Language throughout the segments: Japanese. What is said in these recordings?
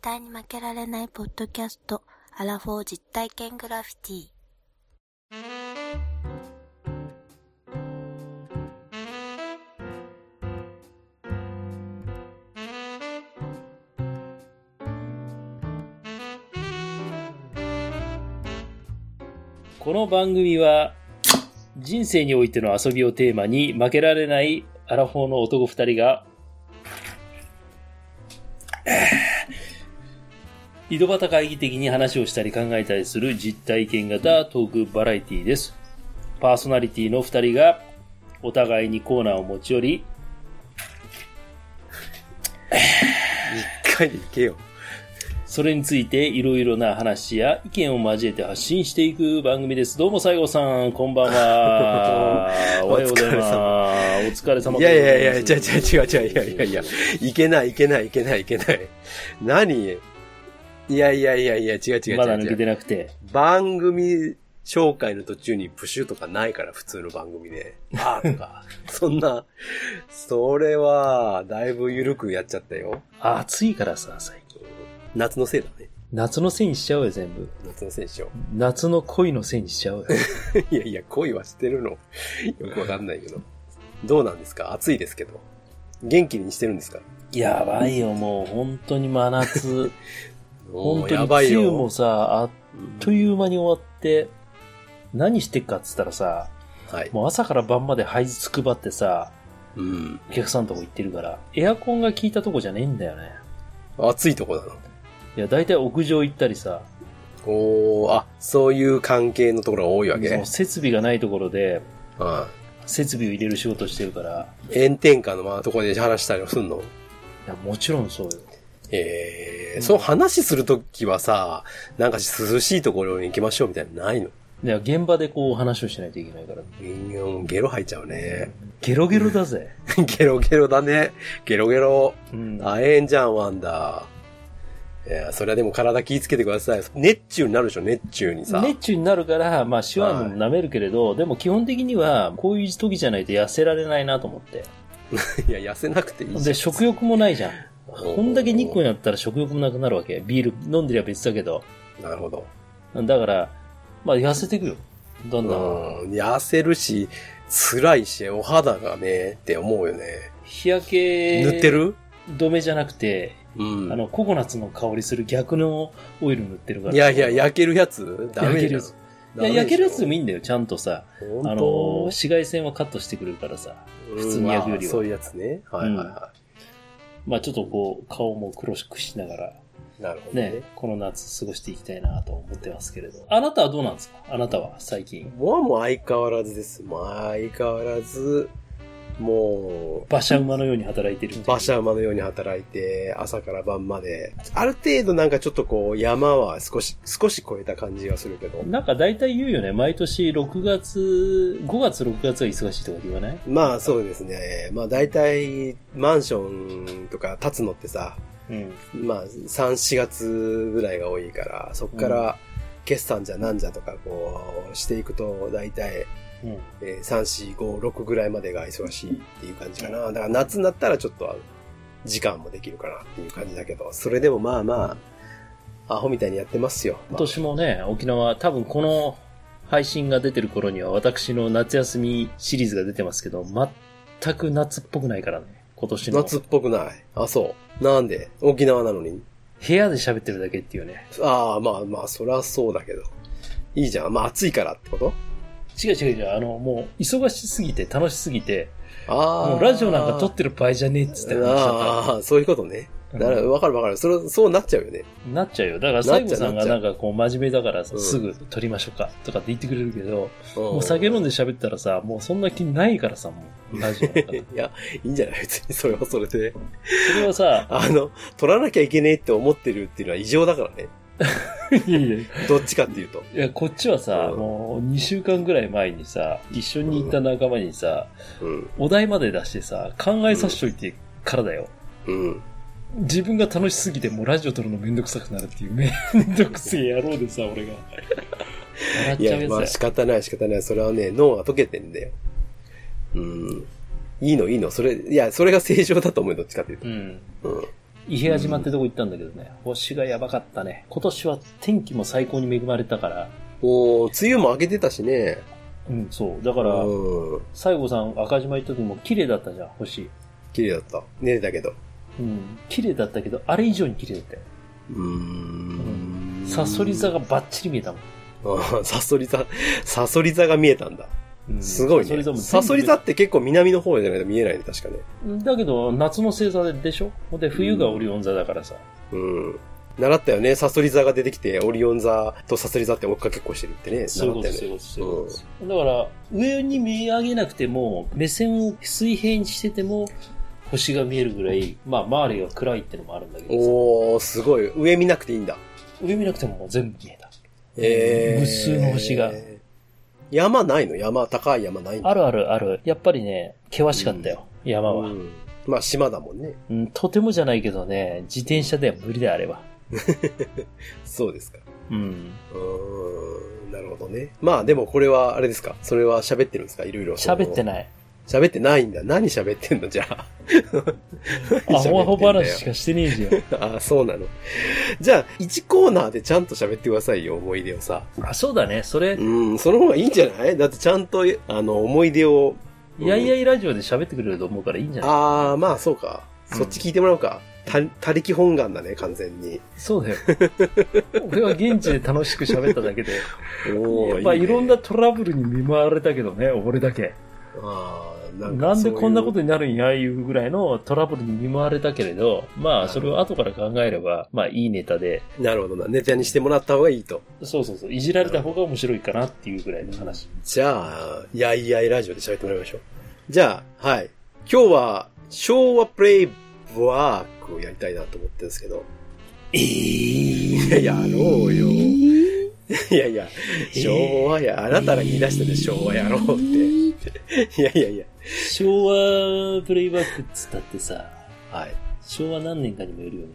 対に負けられないポッドキャスト、アラフォー実体験グラフィティ。この番組は人生においての遊びをテーマに負けられないアラフォーの男二人が井戸端会議的に話をしたり考えたりする実体験型トークバラエティですパーソナリティの二人がお互いにコーナーを持ち寄り一回で行けよ。それについていろいろな話や意見を交えて発信していく番組です。どうも、西郷さん、こんばんは。 おはようございます。お疲れ様いやいやいや、違でうござます違う違う違う、いやいやいや、いけないいけないいけないいけない。何いやいやいやいや、違う違う違う違う。まだ抜けてなくて。番組紹介の途中にプシュとかないから、普通の番組で。あーとか。 そんな、それは、だいぶ緩くやっちゃったよ。暑いからさ、最近。夏のせいだね。夏のせいにしちゃおうよ、全部。夏のせいにしよ夏の恋のせいにしちゃおうよ。う。い やいや、恋はしてるの。よくわかんないけど。どうなんですか暑いですけど。元気にしてるんですか やばいよ、もう、本当に真 夏。お本ー当に、やば梅い雨よもさ、あっという間に終わって、何してっかっつったらさ、はい。もう朝から晩まで配つくばってさ、うん。お客さんとこ行ってるから、エアコンが効いたとこじゃねえんだよね。暑いとこだな。いや、大体屋上行ったりさ、おー、あ、そういう関係のところが多いわけ。その設備がないところで、うん。設備を入れる仕事してるから、炎天下のまあところで話したりもすんのいや、もちろんそうよ。えうんー、そう話するときはさ、なんか涼しいところに行きましょうみたいなのないのいや、現場でこう話をしないといけないから、うんもうゲロ吐いちゃうね。 ゲロゲロだぜ。ゲロゲロだね。ゲロゲロ。うんあえんじゃん、ワンダー。いや、それはでも体気ぃつけてください。熱中になるでしょ、熱中にさ。熱中になるから、まあ、手話も舐めるけれど、でも基本的には、こういう時じゃないと痩せられないなと思って。いや、痩せなくていいし。で、食欲もないじゃん。こんだけ日光になやったら食欲もなくなるわけ。ビール飲んでりゃ別だけど。なるほど。だから、まあ、痩せていくよ。どんどん。うん、痩せるし、辛いし、お肌がね、って思うよね。日焼け塗ってる止めじゃなくて、うん。あの、ココナッツの香りする逆のオイル塗ってるから。いやいや、焼けるやつダ焼メけじるゃんやつ。いや、焼けるやつでもいいんだよ、ちゃんとさ。本当あの、紫外線はカットしてくれるからさ。普通に焼くよりはうんまあそういうやつね。はいはいはまあちょっとこう、顔も黒くしながら、い。なるほどねね。、この夏過ごしていきたいなと思ってますけれど。あなたはどうなんですかあなたは最近。もうもう相変わらずです。まあ相変わらず、も馬車馬のように働いてるう、馬車馬のように働いて、朝から晩まで。ある程度なんかちょっとこう、山は少し、少し超えた感じがするけど。なんか大体言うよね。毎年6月、5月6月は忙しいとか言わないまあそうですね。まあ大体、マンションとか建つのってさ、うん。まあ、3、4月ぐらいが多いから、そこかうら、決算じゃなんじゃとか、こう、していくと、大体、うん。えー、3、4、5、6ぐらいまでが忙しいっていう感じかな。だから夏になったらちょっと、時間もできるかなっていう感じだけど、それでもまあまあ、アホみたいにやってますよ。今年もね、沖縄、多分この配信が出てる頃には私の夏休みシリーズが出てますけど、全く夏っぽくないからね。今年の。夏っぽくない。あ、そう。なんで沖縄なのに。部屋で喋ってるだけっていうね。ああ、まあまあ、そりゃそうだけど。いいじゃん。まあ暑いからってこと違う違う違う。あの、もう、忙しすぎて、楽しすぎて、ああ。もうラジオなんか撮ってる場合じゃねえっつって話だっああ、そういうことね。うんなるわかるわかる。それ、そうなっちゃうよね。た。なっちゃうよ。だから、西郷さんがなっちゃなうんかこう、真面目だからさ、うんすぐ撮りましょうか、とかって言ってくれるけど、ももう酒飲んで喋ったらさ、もうそんな気ないからさ、もう、ラジオなん か。いや、いいんじゃない別に、それはそれで。それはさ、あの、取らなきゃいけねえって思ってるっていうのは異常だからね。いやいやいどっちかっていうと。や、こっちはさ、うんもう2週間ぐらい前にさ、一緒に行った仲間にさ、うん。お題まで出してさ、考えさせといてからだよ。うん。自分が楽しすぎてもうラジオ撮るのめんどくさくなるっていう めんどくせえ野郎でさ、俺が。笑っいちゃうや、やまあつ仕方ない仕方ない。それはね、脳が溶けてんだよ。うん。いいのいいの。それ、いや、それが正常だと思うよどっちかっていうだよ。うん。と。うん。伊平屋島ってとこ行ったんだけどね、星がやばかったね。今年は天気も最高に恵まれたから、おー、梅雨も明けてたしね。うん、そう。だうから、ん。西郷さん赤島行った時も綺麗だったじゃん、星。綺麗だった。寝れたけど。うん、綺麗だったけど、あれ以上に綺麗だったよ。うーん。サソリ座がバッチリ見えたもん。あ あサソリ座、サソリ座が見えたんだ。うんすごいサソリ座もね。サソリ座全って結構南の方じゃないと見えないね、確かね。部だけど、夏の星座でしょで、冬がオリオン座だからさ。うん。習ったよね。サソリ座が出てきて、オリオン座とサソリ座って追っかけっこしてるってね。そういうこ習っとたでよす、そういね。うことですそういうことです。だから、上に見上げなくても、目線を水平にしてても、星が見えるぐらい、まあ、周りが暗いってのもあるんだけどさ、おー、すごい。上見なくていいんだ。上見なくてももう全部見えた。えー。無数の星が。山ないの山、高い山ないのあるあるある。やっぱりね、険しかったよ、山は、うんまあ、島だもんね。うん。とてもじゃないけどね、自転車では無理であれば。そうですか。うん。うーん、なるほどね。まあ、でもこれは、あれですか。それは喋ってるんですかいろいろ。喋って い。ない。喋ってないんだ。何喋ってんのじゃあ。 アホアホ話喋ってんだよしかしてねえじゃん。あ、そうなの。じゃあ、1コーナーでちゃんと喋ってくださいよ、思い出をさ。 あ、そうだね。それ、うん、その方がいいんじゃないだってちゃんと、あの、思い出を。うんいやいやいラジオで喋ってくれると思うからいいんじゃないああ、まあそうか。うんそっち聞いてもらおうか。た、他力本願だね、完全に。そうだよ。俺は現地で楽しく喋っただけで。おやっぱいろんな。トラブルに見舞われたけどね、俺だけ。ああ、ななんでこんなことに。になるんや、いうぐらいのトラブルに見舞われたけれど、まあ、それを後から考えれば、まあ、いいネタで、なるほどな。ネタにしてもらった方がいいと。そうそうそう、いじられた方が面白いかなっていうぐらいの話。じゃあ、やいやいラジオで喋ってもらいましょう。じゃあ、はい。今日は、昭和プレイワークをやりたいなと思ってるんですけど。えー、いややろうよ。いやいや、昭和や、あなたが言い出したで昭和やろうって。いやいやいや。昭和プレイバックっつったってさ、はい。昭和何年かにもよるよね。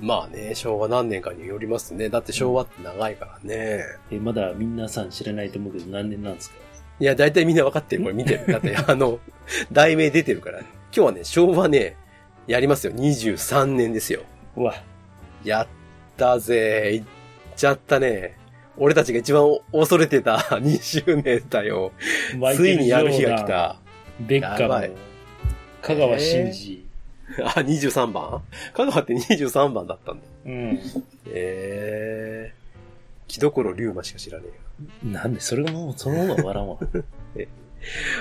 まあね、昭和何年かによりますね。だって昭和って長いからね。え、まだみんなさん知らないと思うけど何年なんですかいや、だいたいみんな分か ってる。これ見てる。だって、あの、題名出てるから。今日はね、昭和ね、やりますよ。23年ですよ。うわ、やったぜ。いっちゃったね。俺たちが一番恐れてた 20年だよ。ついにやる日が来た。あ、ベッカやばムい、香川真司、 23番香川って23番だったんだ。うん。ええー。木所龍馬しか知らねえよ。なんで、それがもうそのまま終わら んわ。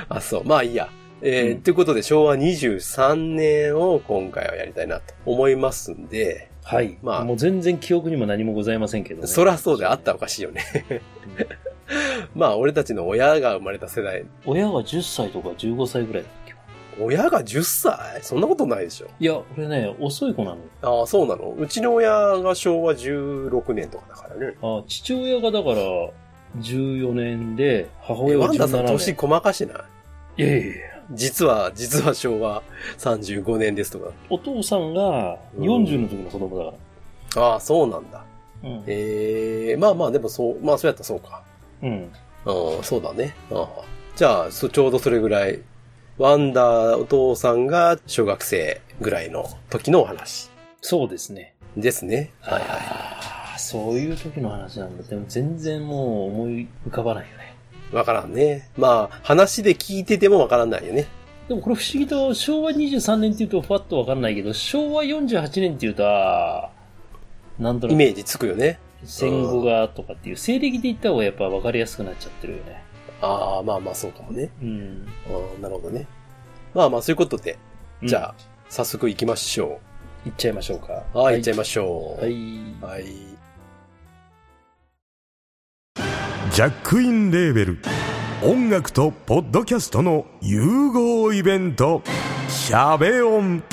あ、そう。まあいいや。えーうんということで、昭和23年を今回はやりたいなと思いますんで、はい。ままああ、もう全然記憶にも何もございませんけど、ね。 そらそうであったらおかしいよね。 まあ、俺たちの親が生まれた世代、親は10歳とか15歳ぐらいだっけ親が10歳そんなことないでしょ。いや、俺ね、遅い子なの。ああ、そうなのうちの親が昭和16年とかだからね。あ父親がだから、14年で、母え親ワはンダさん17年年。細かしないいやいやいや。実は、実は昭和35年ですとか。お父さんが40の時の子供だかああ、そうなんだ。ら。うん。ええまあまあ、でもそう、まあそうやったらそうか。うん。うん、そうだね。うんじゃあそ、ちょうどそれぐらい。ワンダーお父さんが小学生ぐらいの時のお話そうですね。ですね。はいはい。ああ、そういう時の話なんだ。でも全然もう思い浮かばないよね。わからんね。まあ、話で聞いててもわからないよね。でもこれ不思議と、昭和23年っていうとふわっとわかんないけど、昭和48年っていうと、あーなんとイなくメージつくよね。戦後がとかっていう、西暦で言った方がやっぱわかりやすくなっちゃってるよね。ああ、まあまあそうかもね。うん。うん、なるほどね。まあまあそういうことで。じゃあ、あ、早速行きましょ行っちゃいましょうか。う。はい、行っちゃいましょう。はい。はい。ジャックインレーベル音楽とポッドキャストの融合イベント「シャベオン」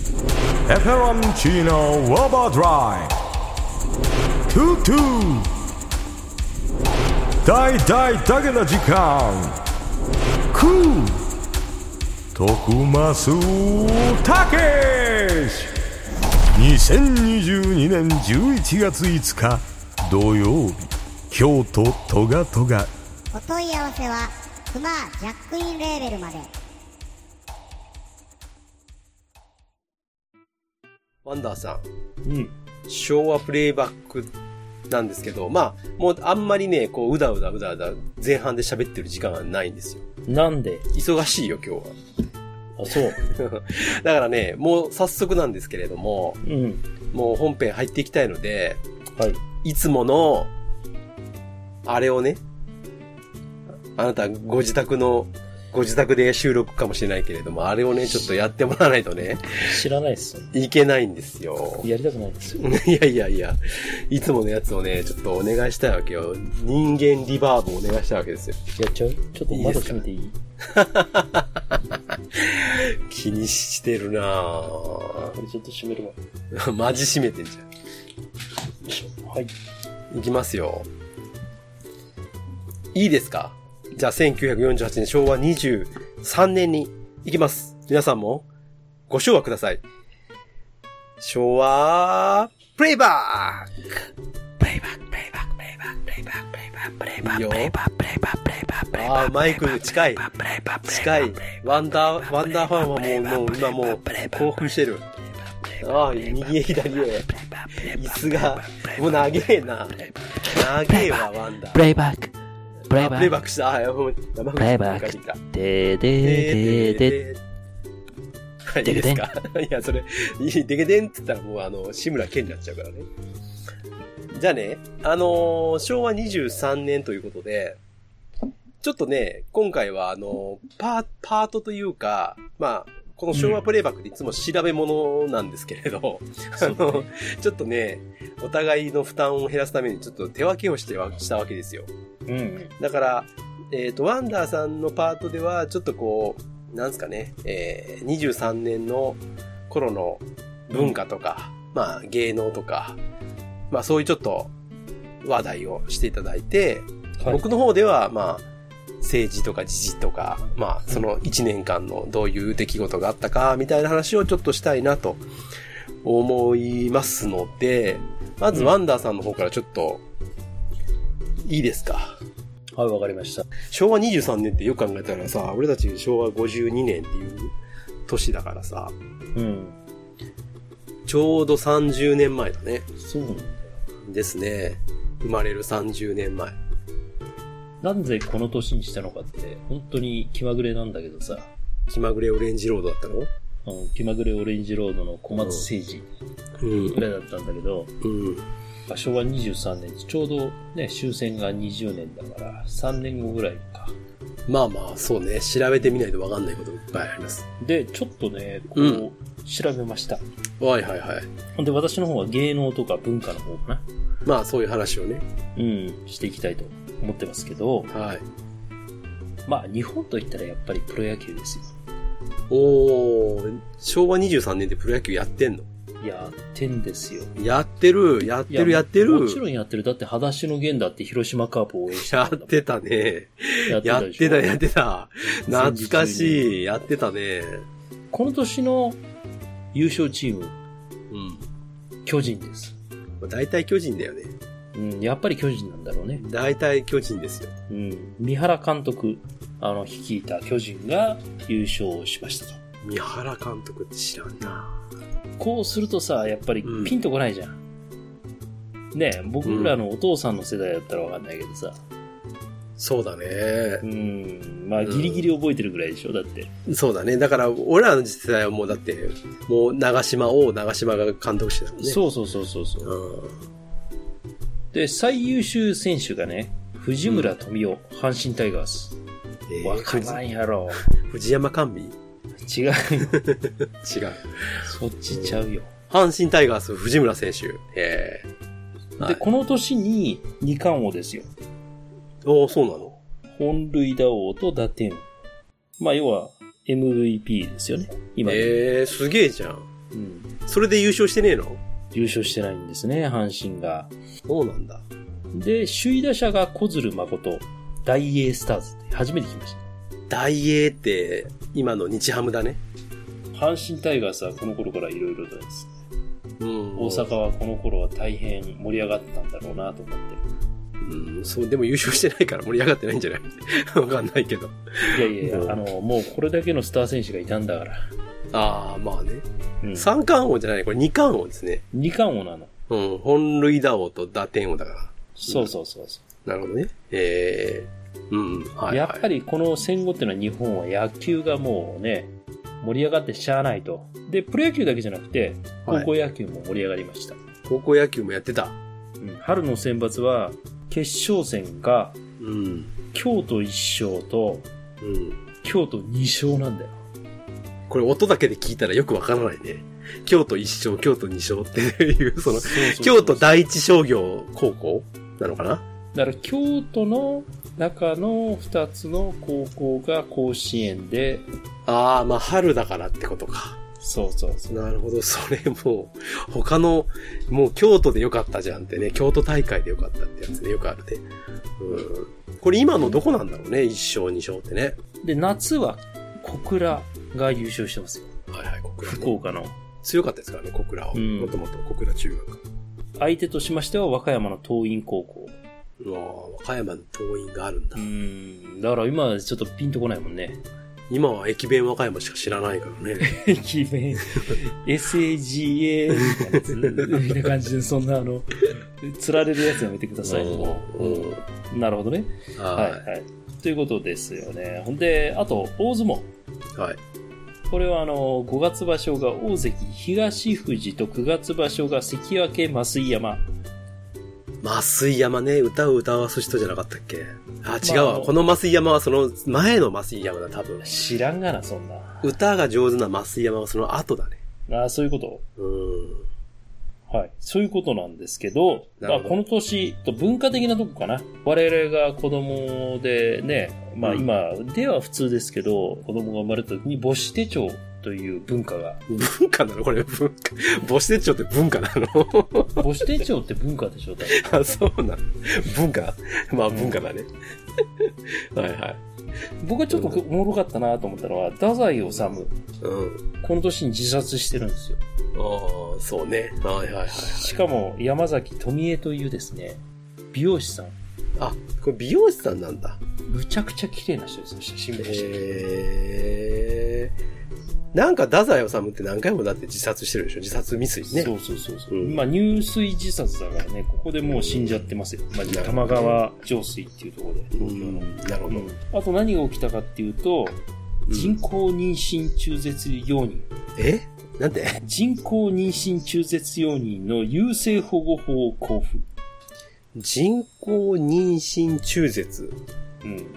「エフェロンチーノウォーバードライ」「トゥトゥ」「大大だけの時間」「クー」「徳マスたけし」2022年11月5日土曜日京都トガトガお問い合わせはクマジャックインレーベルまでワンダーさうん。ん、昭和プレイバックなんですけど、まあ、もうあんまりね、こう、うだうだうだうだ、前半で喋ってる時間がないんですよ。なんで忙しいよ、今日は。あ、そう。 だからね、もう早速なんですけれども、うん。もう本編入っていきたいので、はい。いつもの、あれをね、あなたご自宅の、ご自宅で収録かもしれないけれども、あれをね、ちょっとやってもらわないとね、知らないっす。いけないんです よ。やりたくないですよ。いやいやいや、いつものやつをね、ちょっとお願いしたいわけよ。人間リバーブをお願いしたいわけですよ。やっちゃうちょっと窓閉めていい気にしてるなぁこれちょっと閉めるわ。 マジ締めてんじはい。ゃん。いきますよ。いいですかじゃあ1948年昭和23年に行きます。皆さんもご唱和ください。昭和プレイバークいいよ。ああ、マイク近い。近い。ワンダー、ワンダーファンはもう、もう今もう興奮してる。ああ、右へ左へ。椅子が、もう長えな。長えわ、ワンダー。プレイバック。プレイあバプレイッバックした。あ、やばい。ププレイバックク。でででで。はい、いいですか いや、それ、いいデゲデンって言ったらもう、あの、志村けんになっちゃうからね。じゃあね、あのー昭和23年ということで、ちょっとね、今回は、あのーパー、パートというか、まあ、この昭和プレイバックでいつも調べ物なんですけれど、あの、ちょっとね、お互いの負担を減らすためにちょっと手分けをしては、したわけですよ。うん。だから、えっ、と、ワンダーさんのパートでは、ちょっとこう、なんすかね、えー、23年の頃の文化とか、まあ、芸能とか、まあ、そういうちょっと話題をしていただいて、はい僕の方では、まあ、政治とか時事とか、まあ、その1年間のどういう出来事があったか、みたいな話をちょっとしたいなと思いますので、まずワンダーさんの方からちょっと、いいですかはい、わかりました。昭和23年ってよく考えたらさ、俺たち昭和52年っていう年だからさ、うん。ちょうど30年前だね。そうなんだよ。ですね。生まれる30年前。なんでこの年にしたのかって、本当に気まぐれなんだけどさ。気まぐれオレンジロードだったのあの気まぐれオレンジロードの小松誠治うんぐらいだったんだけど、うん。まあ昭和23年ってちょうどね、終戦が20年だから、3年後ぐらいか。まあまあ、そうね。調べてみないとわかんないこといっぱいあります。で、ちょっとね、こうう、調べました。はいはいはい。で、私の方は芸能とか文化の方かな。まあ、そういう話をね。うん、していきたいと思ってますけど、はい。まあ、日本といったらやっぱりプロ野球ですよ。おー、昭和23年でプロ野球やってんのやってんですよ。やってる、やっている、やってる。もちろんやってる。だって、裸足の源だって広島カープを応援してやたんだっもんてたね。やってたやっでしょてた、やってた。懐か前日しい。やってたね。にこの年の優勝チーム、うん。巨人です。大体巨人だよね。うん、やっぱり巨人なんだろうね。大体巨人ですよ。うん。三原監督、あの、率いた巨人が優勝しましたと。三原監督って知らんな。こうするとさ、やっぱりうんピンとこないじゃん。ねえ僕らのお父さんの世代だったらわかんないけどさ。そうだうね。ん。まあ、ギリギリ覚えてるぐらいでしょ、だって。そうだね。だから、俺らの時代はもうだって、もう長島を長島が監督してたもんね。そうそうそうそうそう。う。で、最優秀選手がね、藤村富雄、阪神タイガース。ん。えーわからないやろ。藤藤山甘美違う。違う。そっちちゃうよ。阪神タイガース藤村選手。ええはで、い。この年に二冠王ですよ。おおそうなの本塁打王と打点王。まあ、要は MVP ですよね。今、ええすげえじゃん。うん。それで優勝してねえの優勝してないんですね、阪神が。そうなんだ。で、首位打者が小鶴誠、大英スターズって初めて来ました。大英って、今の日ハムだね。阪神タイガースはこの頃からいろいろとです。うん大阪はこの頃は大変盛り上がったんだろうなと思って。うん、そう、でも優勝してないから盛り上がってないんじゃ ないわかんないけど。いやいやいや、あの、もうこれだけのスター選手がいたんだから。ああ、まあね。うん。三冠王じゃない、これ二冠王ですね。二冠王なの。うん、本塁打王と打点王だかそうそうそうそら。なるほどね。ええうん、はう。い、はい。やっぱりこの戦後っていうのは日本は野球がもうね、盛り上がってしゃあないと。で、プロ野球だけじゃなくて、は高い校野球も盛り上がりました。高校野球もやってた。うん春の選抜は、決勝戦が、うん、京都1勝と、うん。京都2勝なんだよ。これ音だけで聞いたらよくわからないね。京都一勝、京都二勝っていう、その、そうそうそう京都第一商業高校なのかなだから京都の中の2つの高校が甲子園で、ああ、まあ春だからってことか。そうそうそう。なるほど、それもう、他の、もう京都でよかったじゃんってね、京都大会でよかったってやつね、よくあるで。うん。これ今のどこなんだろうね、1勝、2勝ってね。で、夏は小倉が優勝してますよ。はいはい、小倉、ね。福岡の。強かったですからね、小倉は。うんもともと小倉中学。相手としましては和歌山の桐蔭高校。うわー和歌山の党員があるんだう。ん。だから今はちょっとピンとこないもん ね。今は駅弁和歌山しか知らないからね。 駅 弁、SAGA みたいな感じで、そんなあの、釣られるやつやめてください。うんなるほどね。はいははい。ということですよね。ほんで、あと、大相撲。い。はい。これはあの、5月場所が大関東富士と9月場所が関脇増井山。増井山ね、歌を歌わす人じゃなかったっけあ、違うまわ。あこの増井山はその前の増井山だ、多分。知らんがな、そんな。歌が上手な増井山はその後だね。ああ、そういうこと。うん。はい。そういうことなんですけど、まなるあ、ほどこの年、と文化的なとこかな。我々が子供でね、まあうん今では普通ですけど、子供が生まれた時に母子手帳という文化が。文化なのこれ文化。母子手帳って文化なの 母子手帳って文化でしょ、多分あ、そうなの文化まあ文化だね。 はいはい。僕はちょっとおもろかったなと思ったのは、太宰治、うん。この年に自殺してるんですよ。ああ、そうね。はいはいはい。しかも、山崎富江というですね、美容師さん。あ、これ美容師さんなんだ。むちゃくちゃ綺麗な人ですよ、写真もしてる。へー。なんか、太宰治って何回もだって自殺してるでしょ自殺未遂ね。そうそうそうそう、うんまあ入水自殺だからね、ここでもう死んじゃってますよ。まあ、なるほどね玉川上水っていうところで、う東京の。ん、なるほど。あと何が起きたかっていうと、人工妊娠中絶容認。えなんて人工妊娠中絶容認の優生保護法を交付。 人工妊娠中絶。うん。だか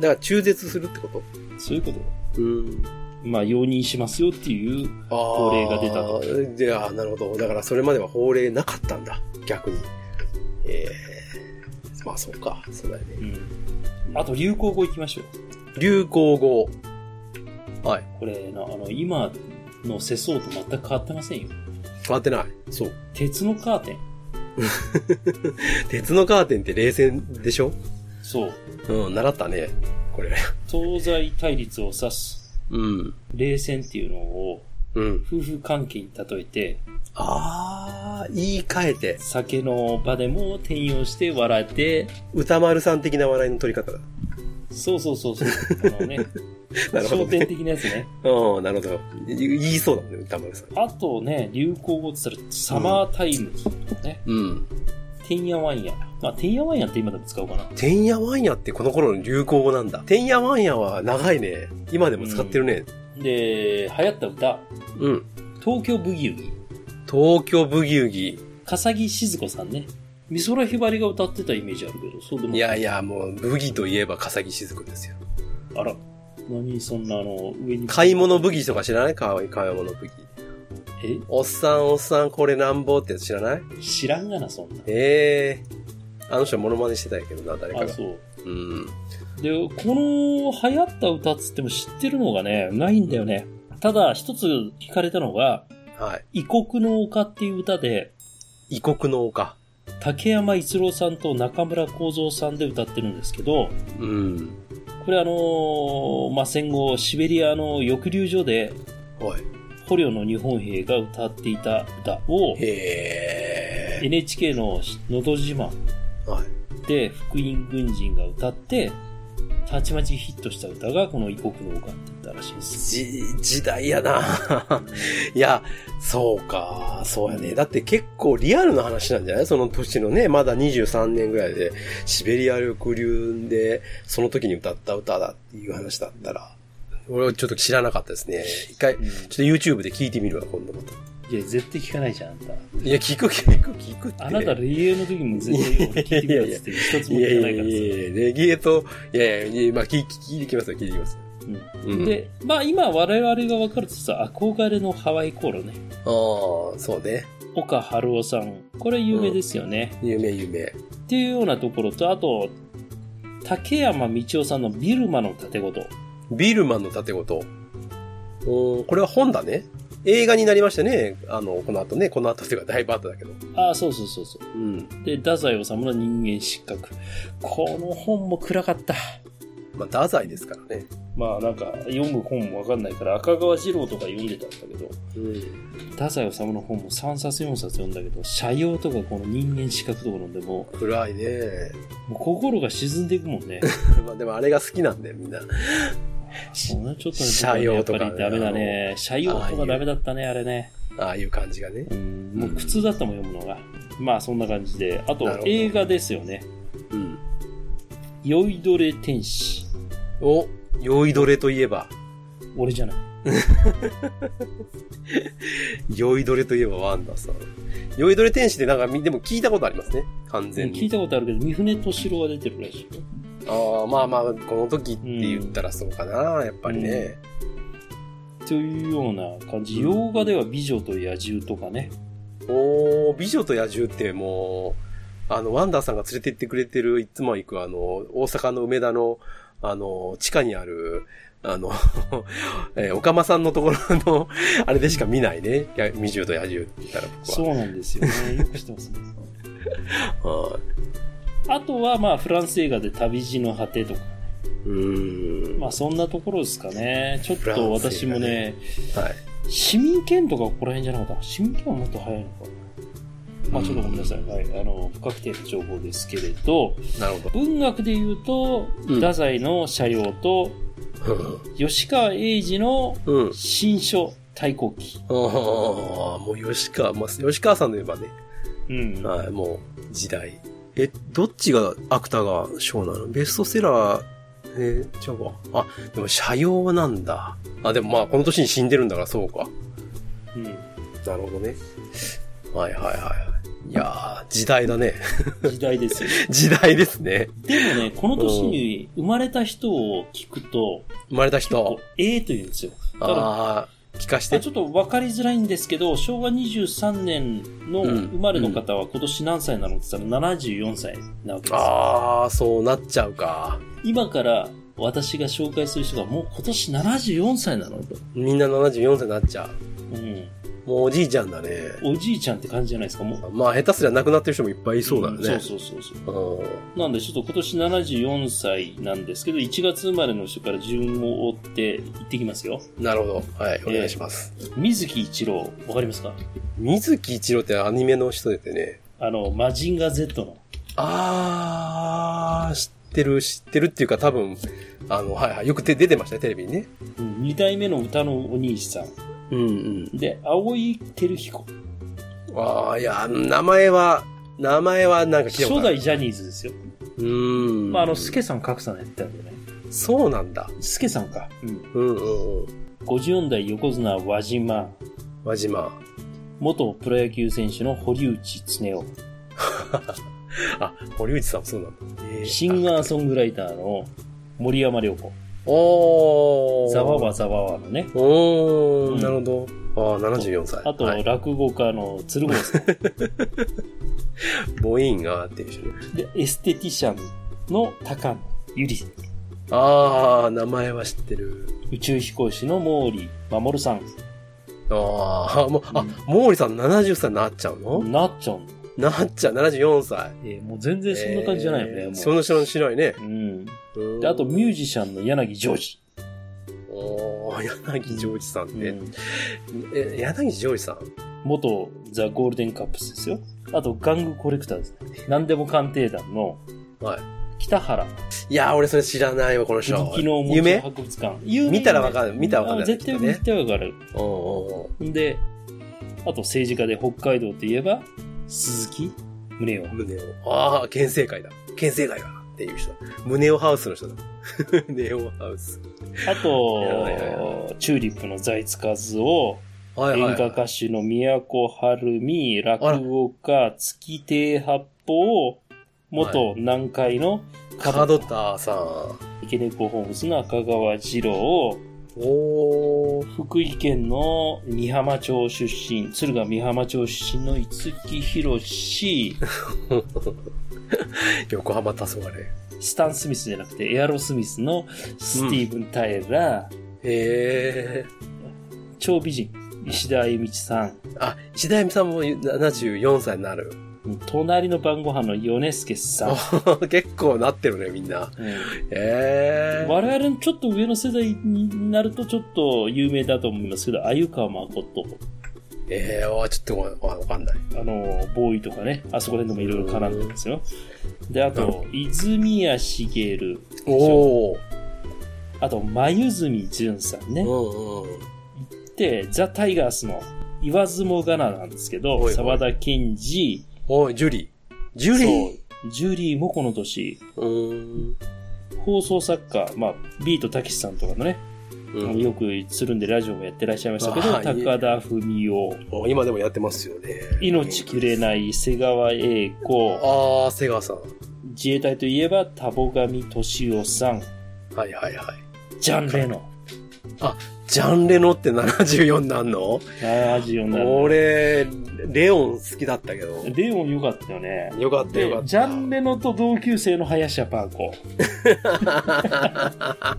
ら中絶するってこそういうこと。とうん。まあ容認しますよっていう、法令が出たとで、あーなるほど。だからそれまでは法令なかったんだ。逆に。えー、まあそうか。そうだよね。あと流行語行きましょう。流行語。はい。これな、あの、今の世相と全く変わってませんよ。変わってない。そう。鉄のカーテン。鉄のカーテンって冷戦でしょそう。うん、習ったね。これ。東西対立を指すうん。冷戦っていうのをうん。夫婦関係に例えて、あー、言い換えて。酒の場でも転用して笑って、歌丸さん的な笑いの取り方だ。そうそうそうそう、あのね、 なるほど、焦点ね。的なやつね。うん、なるほど。い言いそうだもんね、歌丸さん。あとね、流行語って言ったら、サマータイムとかね、うん。てんやわんや。まあ、てんやわんやって今でも使うかな。てんやわんやってこの頃の流行語なんだ。てんやわんやは長いね。今でも使ってるね。で、流行った歌、うん。東京ブギウギ。東京ブギウギ。笠木静子さんね。美空ひばりが歌ってたイメージあるけど、そうでもいやいや、もう、ブギといえば笠木静子ですよ。あら、何そんなあの、上に。買い物ブギとか知らないかわいい買い物ブギ。えおっさんおっさんこれなんぼってやつ知らない知らんがな、そんな。ええあの人モノマネしてたんやけどな、誰かあ、が。そう。うん。で、この流行った歌っつっても知ってるのがね、ないんだよね。ただ、一つ聞かれたのが、は異国の丘っていう歌で、い。異国の丘。竹山逸郎さんと中村幸三さんで歌ってるんですけど、うん。これあのーまあ、戦後、シベリアの抑留所で、はい。捕虜の日本兵が歌っていた歌を、へえ。 NHK ののど自慢はい。でて、福音軍人が歌って、たちまちヒットした歌がこの異国の丘って言ったらしいです。じ、時代やないや、そうか、そうやね。だって結構リアルな話なんじゃないその年のね、まだ23年ぐらいで、シベリア抑留で、その時に歌った歌だっていう話だったら、俺はちょっと知らなかったですね。一回、ちょっと YouTube で聞いてみるわ、今度また。いや、絶対聞かないじゃん、あんた。いや、聞く、聞く、聞くって。あなた、レイエーの時も絶対俺聞いてみようっつって、一つもいや聞いかなやいかいらやさ。いや、レゲエと、いやいやいや、まあ、聞き、聞きますよ、聞いてきますよ。ううんん、で、まあ今我々が分かるとさ、憧れのハワイ航路ね。ああ、そうね。岡春夫さん。これ有名ですよね。有名、有名。っていうようなところと、あと、竹山道夫さんのビルマの盾ごと。ビールマンの盾ごと。うん、これは本だね。映画になりましたね。あの、この後ね。この後というかだいぶ後だけど。ああ、そうそうそうそう。うん。で、太宰治の人間失格。この本も暗かった。まあ、太宰ですからね。まあなんか読む本もわかんないから赤川次郎とか読んでたんだけど、うん。太宰治の本も3冊4冊読んだけど、社用とかこの人間失格とか読んでも暗いね。 う、もう心が沈んでいくもんね。まあ、でもあれが好きなんだよ、みんな。そうねちょっとね、斜陽とかねやっぱりダメだね。社用とかダメだったね、あれね。ああいう感じがね。うん、もう苦痛だったもん、読むのが。まあそんな感じで。あとなるほ、ど映画ですよね。うん。酔いどれ天使。お、酔いどれといえば。俺じゃない。酔いどれといえばワンダさん。酔いどれ天使ってなんかみ、でも聞いたことありますね。完全聞いに。たことあるけど、三船敏郎が出てるらしいよ。ああ、まあまあ、この時って言ったらそうかな、やっぱりね。というような感じ。洋画では美女と野獣とかね。おー、美女と野獣ってもう、あの、ワンダーさんが連れて行ってくれてる、いつも行く、あの、大阪の梅田の、あの、地下にある、あの、 えー、おかまさんのところの、 あれでしか見ないね。や美女と野獣って言ったら僕そうなんですよね。よく知ってますね。は。はいあとは、まあ、フランス映画で旅路の果てとか。うーん。まあ、そんなところですかね。ちょっフランス映と画ね私もね、はい。市民権とかここら辺じゃなかったかな市民権はもっと早いのかなまあちょっとごめんなさい。はい。あの、不確定な情報ですけれど、なるほ文学で言うと、うん太宰の斜陽と、ど。吉川英治のうん。新書太鼓記。ああ、もう吉川、まあ、吉川さんといえばね、うん。はい、もう、時代。え、どっちが芥川賞なのベストセラー、えー、違うか。あ、でも、社用なんだ。あ、でもまあ、この年に死んでるんだから、そうか。うんなるほどね。はいはいはいはい。いやー、時代だね。 時代ですよ。時代ですね。でもね、この年に生まれた人を聞くと、生まれたこ人。うええと言うんですよ。ただ、あー、聞かして。ちょっと分かりづらいんですけど、昭和23年のうん生まれの方は今年何歳なのって言ったら74歳なわけですよ。あー、そうなっちゃうか。今から私が紹介する人がもう今年74歳なのと。みんな74歳になっちゃう。うん。もうおじいちゃんだね。おじいちゃんって感じじゃないですか、もう。まあ、下手すりゃ亡くなってる人もいっぱいいそうだよね。んそうそうそうそう。うんなんでちょっと今年74歳なんですけど、1月生まれの人から順を追って行ってきますよ。なるほど。はい、おえ願いします。水木一郎、わかりますか水木一郎ってアニメの人でてね。あの、マジンガー Z の。あー、知ってる、知ってるっていうか多分、あの、はいはい、よくて出てましたね、テレビにね。うん、2代目の歌のお兄さん。うんうん。で、青井照彦。あー、いや、名前は、名前はなんか聞いたこ初とある。代ジャニーズですよ。うーん。まあ、あの、スケさん、格さんやってたんでね。そうなんだ。スケさんか。うん。うんうんうん。 54代横綱和島。輪島。元プロ野球選手の堀内恒夫、あ、堀内さんもそうなんだ。えシンガーソングライターの森山良子、おー。ざわわざわわのね、おー、うんなるほど。あー、74歳。あとはい、落語家の鶴郷さん、ボインがっていう人ね。 でエステティシャンの高野ゆり、あー、名前は知ってる。宇宙飛行士の毛利守さん、ああ、もう、あ、毛利さん70歳になっちゃうのなっちゃん、なっちゃう、74歳。えーもう全然そんな感じじゃないよね、えーもう。そんな人しないね。うん。うんで、あと、ミュージシャンの柳ジョージ。おー柳ジョージさんっうて。ん、え、柳ジョージさん元ザ・ゴールデンカップスですよ。あと、玩具コレクターですね。何でも鑑定団のはい。北原。いやー、俺それ知らないわ、この人。古着のおもちゃ夢博物館。有名見たらわかる見たらわかるあ絶対きっとね絶対わかる。おうおうおんで、あと政治家で北海道といえば、鈴木宗う男。胸を。ああ、県政会だ。県政会だ。っていう人。胸をハウスの人だ。 ネオハウス。あはいはいと、チューリップの財津和夫、はい演はい。歌歌手の宮古晴美、落語家、月亭八方、元南海の角田さん。池猫ホームズの赤川二郎、おー。福井県の美浜町出身、敦賀美浜町出身の五木ひろし、横浜黄昏。スタン・スミスじゃなくてエアロスミスのスティーブン・タイラー、へえ。超美人、石田あゆみちさん、あ、石田由美さんも74歳になる。 隣の晩ご飯の米助さん。結構なってるね、みんな。うんへえ。我々のちょっと上の世代になるとちょっと有名だと思いますけど、鮎川誠、ええー、わちょっとわわわかんない。あの、ボーイとかね、あそこら辺でもいろいろ絡んでますよ。で、あと、泉谷茂、おー。あと、眉住淳さんね。うんうん。で、ザ・タイガースの言わずもがななんですけおいおど、い沢田研二、おい、ジュリー。ジュリージュリーもこの年、うーん。放送作家、まあ、ビートたけしさんとかのね、うあのん、よくつるんでラジオもやってらっしゃいましたけどあ、ーいい高田文夫、もう今でもやってますよね。命くれない瀬川栄子、ああ、瀬川さん。自衛隊といえば田母神敏夫さん、はいはいはい。ジャン・レノン、ジャンレノって74なんの74なる。俺、レオン好きだったけど。レオン良かったよね。よかったでよかった。ジャン・レノと同級生の林家パーコ。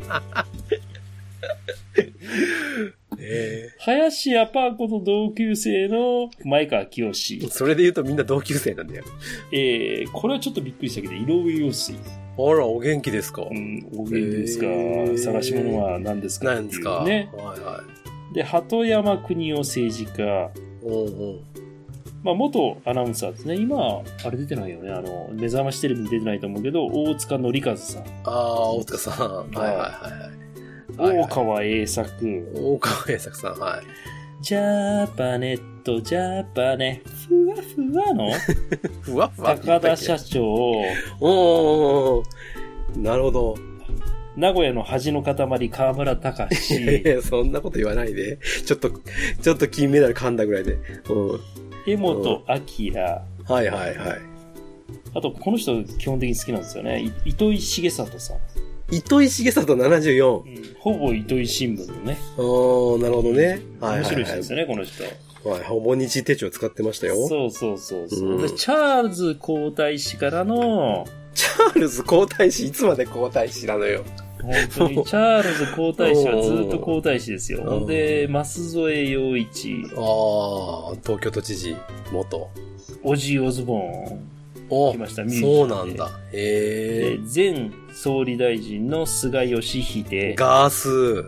え林家パーコと同級生の前川清ー。それで言うとみんな同級生なんだよ。えー、これはちょっとびっくりしたけど、井上陽水。あら、お元気ですか、うん、お元気ですか、えー探し物は何ですかなんですか、っていうね。はいはい。で、鳩山国夫政治家。おうおうまあ、元アナウンサーですね。今、あれ出てないよね。あの、目覚ましテレビに出てないと思うけど、大塚紀和さん。ああ、大塚さん。はいはいはいはい。大川栄作。大川栄作さん、はい。ジャパネット、ジャパネ。ふわふわ のふわふわって言高ったっ田け社長。おーおーおーなるほど。名古屋の恥の塊、河村隆い 史、やそんなこと言わないで。ちょっと、ちょっと金メダル噛んだぐらいで。うん。江本明、はいはいはい。あと、この人、基本的に好きなんですよね。い糸井重里さん。糸井重里74。ほぼ糸井新聞のね。おー、なるほどね。はい面は白いい人はですよね、この人。い。はい、ほぼ日手帳使ってましたよ。 そうそうそうそう、うんでチャールズ皇太子からの、チャールズ皇太子、いつまで皇太子なのよ。本当にチャールズ皇太子はずっと皇太子ですうよ。んで、舛添洋一、ああ、東京都知事、元。オジー・オズボーン、お来ましたミュージそうカなルんでだ。へで前総理大臣の菅義え。偉、ガース。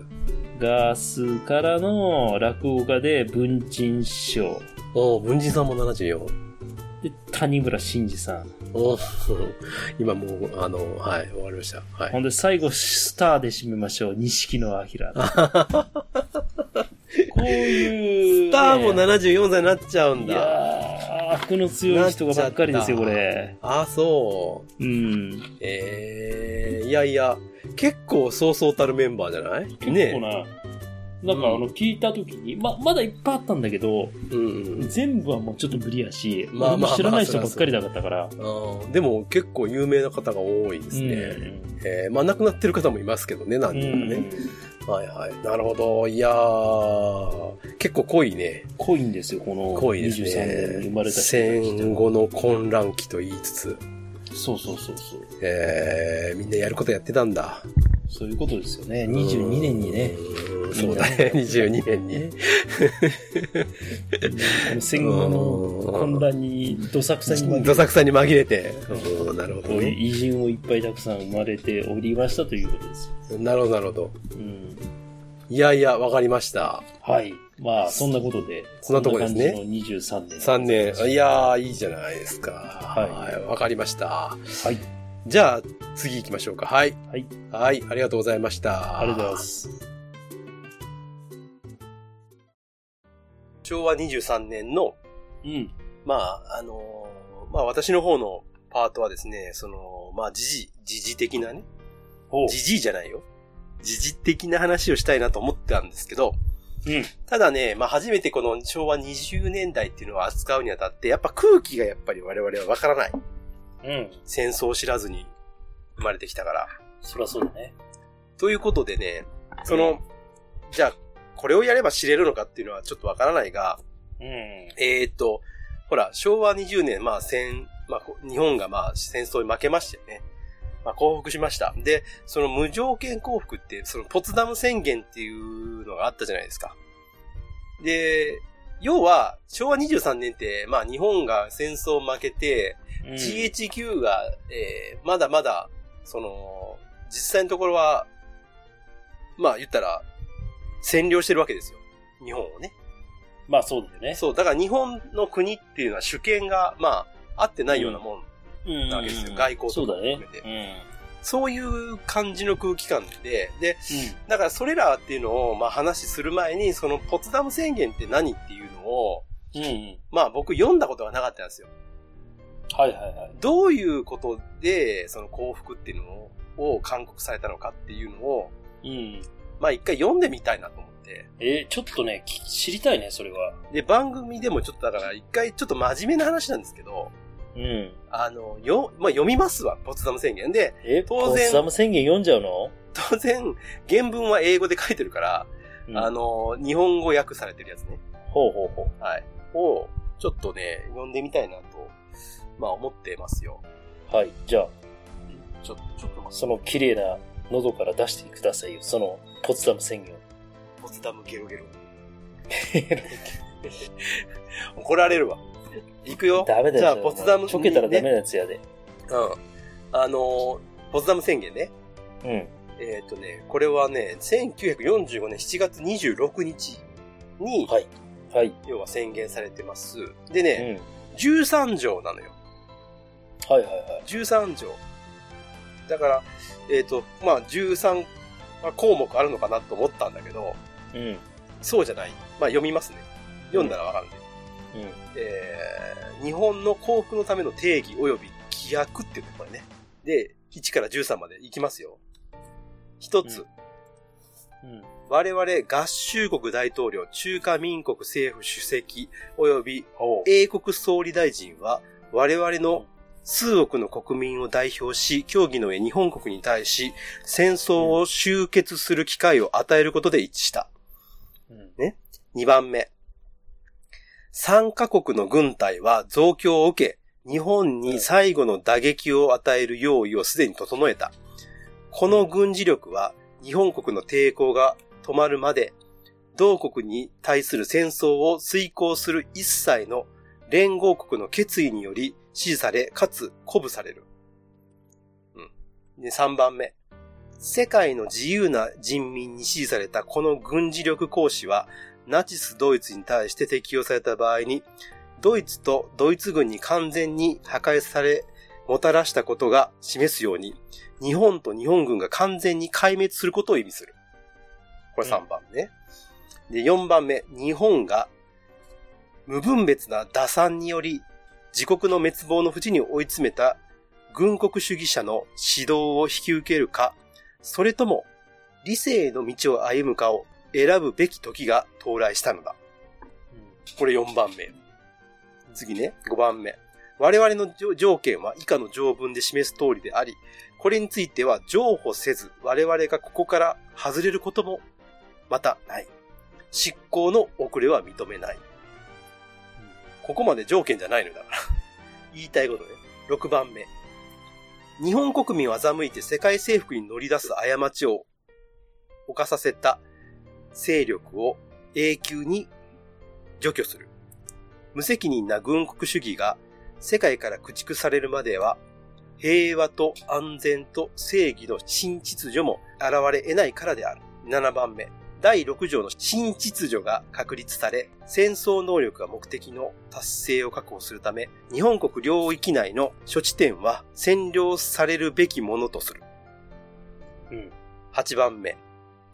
ガースからの落語家で文鎮師匠、おー文人さんも74。で谷村新司さん、お ー今もう、あの、はい、終わりました。はい。ほんで最後スターで締めましょう、錦野明。こういう、スターもね74歳になっちゃうんいだ。やー、悪の強い人がばっかりですよ、なこっちゃったれ。あ、そう。うん。ええいやいや、結構そうそうたるメンバーじゃない結構ねな、なんかあの、聞いたときに、ま、まだいっぱいあったんだけど、え。うんうん全部はもうちょっと無理やし、まあ俺もまあ知らないま人あばっかりだったから。あー。でも結構有名な方が多いですね。えーまあ亡くなってる方もいますけどね、う何ん。う人かね。ん。はいはい。なるほど。いやー、結構濃いね。濃いんですよ、この濃いですね。 23年に生まれた人たち戦後の混乱期と言いつつ、そうそうそうそう。えー、みんなやることやってたんだ。そういうことですよね。22年にね、うんそうだね、22年に。この 戦後の混乱に、どさくさに紛れてどさくさに紛れて。うんなるほどこういね。う偉人をいっぱいたくさん生まれておりましたということですよ。なるほど、なるほど。うん。いやいや、わかりました。はい。まあ、そんなことで。そんなとこですねこんな感じの23年。 3年。いやー、いいじゃないですか。はいわかりました。はい。じゃあ、次行きましょうか。はい。はい。はい、ありがとうございました。ありがとうございます。昭和23年の、うん。まあ、あのーまあ私の方のパートはですね、その、まあ、時事、時事的なね、ほう。時事じゃないよ。時事的な話をしたいなと思ってたんですけど、うん。ただね、まあ、初めてこの昭和20年代っていうのを扱うにあたって、やっぱ空気がやっぱり我々はわからない。うん。戦争を知らずに生まれてきたから。そらそうだね。ということでね、その、じゃあ、これをやれば知れるのかっていうのはちょっとわからないが、うえーっと、ほら、昭和20年、まあ、戦、まあ、こ日本がまあ、戦争に負けましてね。まあ、降伏しました。で、その無条件降伏って、そのポツダム宣言っていうのがあったじゃないですか。で、要は、昭和23年って、まあ、日本が戦争負けて、ん。うん GHQ が、えーまだまだ、その、実際のところは、まあ、言ったら、占領してるわけですよ。日本をね。まあそうだよね。そう、だから日本の国っていうのは主権が、まあ、合ってないようなもん。うんなわけですよ外交そとうかだもね含めて。うそういう感じの空気感で、で、ん。だからそれらっていうのを、まあ話しする前に、そのポツダム宣言って何っていうのを、うん。うん。まあ僕読んだことがなかったんですよ。はいはいはい。どういうことで、その幸福っていうのを、を勧告されたのかっていうのを、うん。まあ一回読んでみたいなと思って。えー、ちょっとね、き知りたいね、それは。で、番組でもちょっとだから一回ちょっと真面目な話なんですけど、うん。あの、よ、まあ読みますわ、ポツダム宣言。で、え、当然ポツダム宣言読んじゃうの当然、原文は英語で書いてるから、うんあの、日本語訳されてるやつね。ほうほうほはい。を、ちょっとね、読んでみたいなと、まあ思ってますよ。う。はい。じゃあ、ちょ、ちょっと待っその綺麗な喉から出してくださいよ。その、ポツダム宣言を。て、ポツダムゲロゲロ。怒られるわ。行くよ。 ダメだよ。じゃあ、それはポツダムちょけたらダメねなやつやで。うん。あの、ポツダム宣言ね。うん。えっ、とね、これはね、1945年7月26日に、はいはい。要は宣言されてます。でうん。ね、13条なのよ。はいはいはい。 13条。だから、えっ、と、まあ、13項目あるのかなと思ったんだけど、うん。そうじゃない。まあ、読みますね。読んだらわかるんで。うん。えー、日本の幸福のための定義及び規約っていうのこれね。で、1から13までいきますよ。一つ、うんうん。我々合衆国大統領、中華民国政府主席、及びほう。英国総理大臣は、我々の数億の国民を代表し、協議の上日本国に対し、戦争を終結する機会を与えることで一致した。うん2番目。3カ国の軍隊は増強を受け、日本に最後の打撃を与える用意をすでに整えた。この軍事力は日本国の抵抗が止まるまで、同国に対する戦争を遂行する一切の連合国の決意により支持され、かつ鼓舞される。うん。で、3番目。世界の自由な人民に支持されたこの軍事力行使は、ナチスドイツに対して適用された場合に、ドイツとドイツ軍に完全に破壊され、もたらしたことが示すように、日本と日本軍が完全に壊滅することを意味する。これ3番目ね。で、4番目、日本が無分別な打算により、自国の滅亡の淵に追い詰めた軍国主義者の指導を引き受けるか、それとも理性の道を歩むかを選ぶべき時が到来したのだ。これ4番目。次ね、5番目。我々の条条件は以下の条文で示す通りであり、これについては譲歩せず、我々がここから外れることもまたない。執行の遅れは認めない。ここまで条件じゃないのだから。言いたいことね。6番目。日本国民を欺いて世界征服に乗り出す過ちを犯させた勢力を永久に除去する。無責任な軍国主義が世界から駆逐されるまでは、平和と安全と正義の新秩序も現れ得ないからである。7番目。第6条の新秩序が確立され、戦争能力が目的の達成を確保するため、日本国領域内の処置点は占領されるべきものとする。うん。8番目、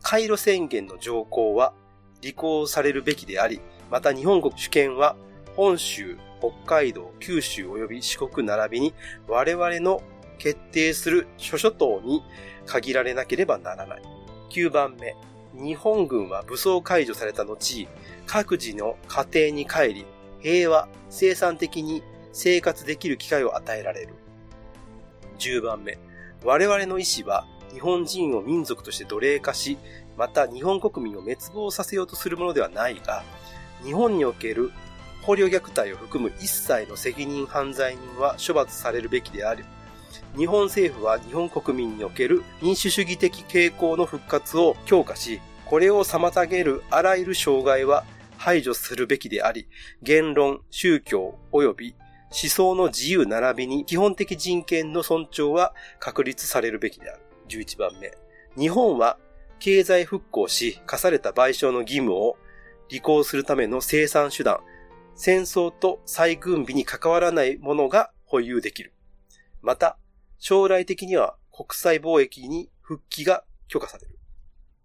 カイロ宣言の条項は履行されるべきであり、また日本国主権は本州、北海道、九州及び四国並びに我々の決定する諸諸島に限られなければならない。9番目、日本軍は武装解除された後、各自の家庭に帰り、平和、生産的に生活できる機会を与えられる。10番目、我々の意思は日本人を民族として奴隷化し、また日本国民を滅亡させようとするものではないが、日本における捕虜虐待を含む一切の責任犯罪人は処罰されるべきである。日本政府は日本国民における民主主義的傾向の復活を強化し、これを妨げるあらゆる障害は排除するべきであり、言論、宗教及び思想の自由並びに基本的人権の尊重は確立されるべきである。11番目。日本は経済復興し、課された賠償の義務を履行するための生産手段、戦争と再軍備に関わらないものが保有できる。また、将来的には国際貿易に復帰が許可される。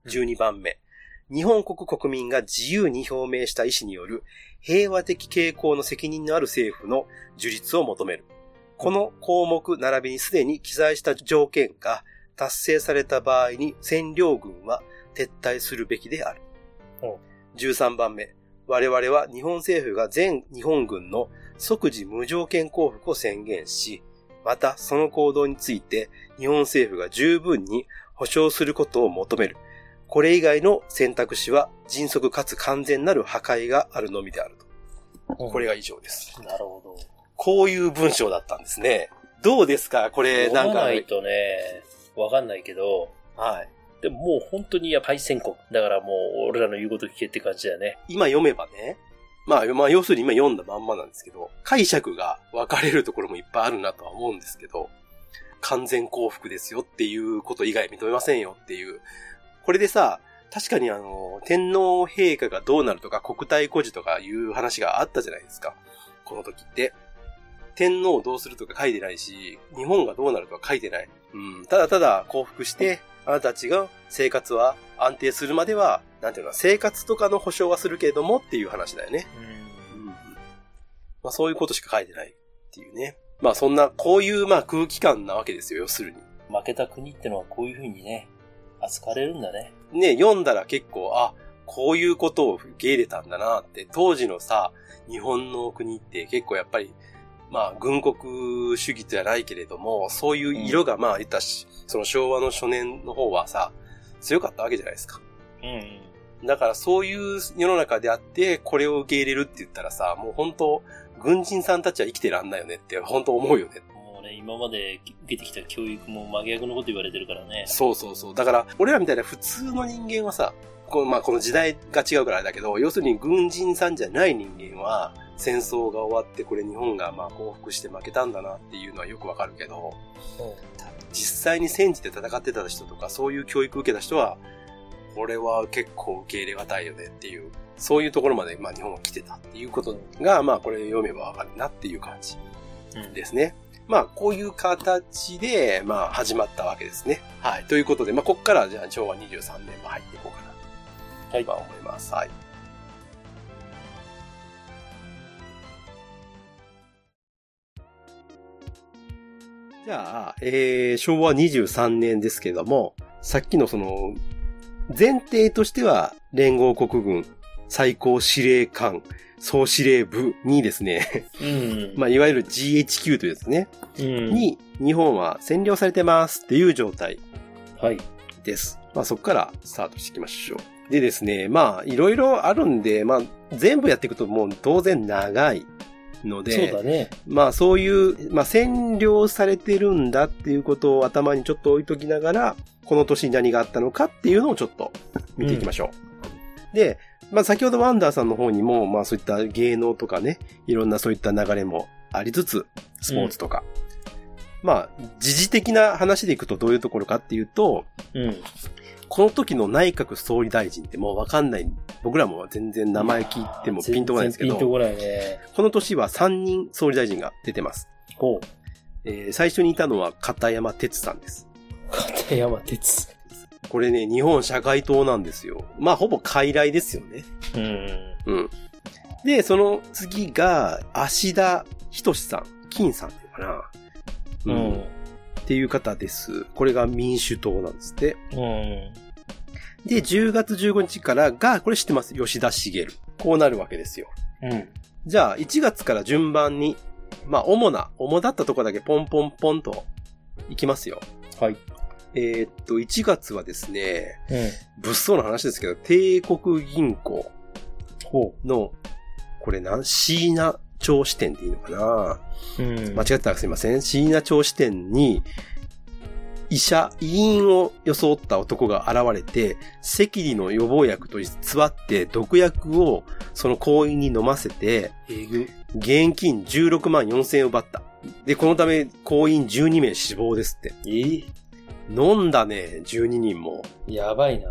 12番目。日本国国民が自由に表明した意思による平和的傾向の責任のある政府の樹立を求める。この項目並びにすでに記載した条件が達成された場合に占領軍は撤退するべきである。13番目。我々は日本政府が全日本軍の即時無条件降伏を宣言し、またその行動について日本政府が十分に保障することを求める。これ以外の選択肢は迅速かつ完全なる破壊があるのみであると。これが以上です。なるほど。こういう文章だったんですね。どうですかこれ、な読んまか。ないとね、わかんないけど、はい。でももう本当にやっぱ敗戦国。だからもう俺らの言うこと聞けって感じだよね。今読めばね、まあ、まあ、要するに今読んだまんまなんですけど、解釈が分かれるところもいっぱいあるなとは思うんですけど、完全幸福ですよっていうこと以外認めませんよっていう。これでさ、確かにあの、天皇陛下がどうなるとか国体孤児とかいう話があったじゃないですか。この時って。天皇をどうするとか書いてないし、日本がどうなるとか書いてない。うん、ただただ降伏して、あなたたちが生活は安定するまでは、なんていうのかな、生活とかの保障はするけれどもっていう話だよね。まあそういうことしか書いてないっていうね。まあそんな、こういうまあ空気感なわけですよ、要するに。負けた国ってのはこういう風にね、扱われるんだね。ね、読んだら結構、あ、こういうことを受け入れたんだなって、当時のさ、日本の国って結構やっぱり、まあ、軍国主義じゃないけれども、そういう色がまあ、言ったし、その昭和の初年の方はさ、強かったわけじゃないですか。うん。だからそういう世の中であって、これを受け入れるって言ったらさ、もう本当軍人さんたちは生きてらんないよねって、本当思うよね。もうね、今まで受けてきた教育も真逆のこと言われてるからね。そうそうそう。だから、俺らみたいな普通の人間はさ、このまあ、この時代が違うからあれだけど、要するに軍人さんじゃない人間は、戦争が終わって、これ日本がまあ降伏して負けたんだなっていうのはよくわかるけど、実際に戦地で戦ってた人とか、そういう教育受けた人は、これは結構受け入れがたいよねっていう、そういうところまでまあ日本は来てたっていうことが、まあこれ読めばわかるなっていう感じうんですね。まあ、こういう形で、まあ、始まったわけですね。はい。ということで、まあ、ここから、じゃあ、昭和23年も入っていこうかなはい。と、まあ、思います。はい。じゃあ、えー、昭和23年ですけども、さっきのその、前提としては、連合国軍最高司令官総司令部にですね、 うん。まあ、いわゆる GHQ というやつね、うん。に日本は占領されてますっていう状態はい。です。まあそこからスタートしていきましょう。でですね、まあいろいろあるんで、まあ全部やっていくともう当然長いのそうで、だね。まあそういう、まあ占領されてるんだっていうことを頭にちょっと置いときながら、この年に何があったのかっていうのをちょっ と見ていきましょう。で、まあ先ほどワンダーさんの方にも、まあそういった芸能とかね、いろんなそういった流れもありつつ、スポーツとか。まあ、時事的な話でいくとどういうところかっていうと、うん。この時の内閣総理大臣ってもうわかんない。僕らも全然名前聞いてもピンとこないんですけ全然ピンとど、こないね。この年は3人総理大臣が出てます。ほう。えー最初にいたのは片山哲さんです。片山哲。これね、日本社会党なんですよ。まあ、ほぼ傀儡ですよね。うん。うん。で、その次が、芦田仁さん、金さんっていうのかうな。ん。っていう方です。これが民主党なんですって。うん。で、10月15日からが、これ知ってます。吉田茂。こうなるわけですよ。うん。じゃあ、1月から順番に、まあ、主な、主だったとこだけポンポンポンと、いきますよ。はい。えーっと、1月はですね、うん。物騒な話ですけど、帝国銀行ほの、これなん、椎名町支店でいいのかなう。うん。間違ってたらすいません。椎名町支店に、医者、医院を装った男が現れて、赤痢の予防薬と偽って毒薬をその行員に飲ませて、現金16万4千円を奪った。で、このため行員12名死亡ですって。え飲んだね、12人も。やばいな。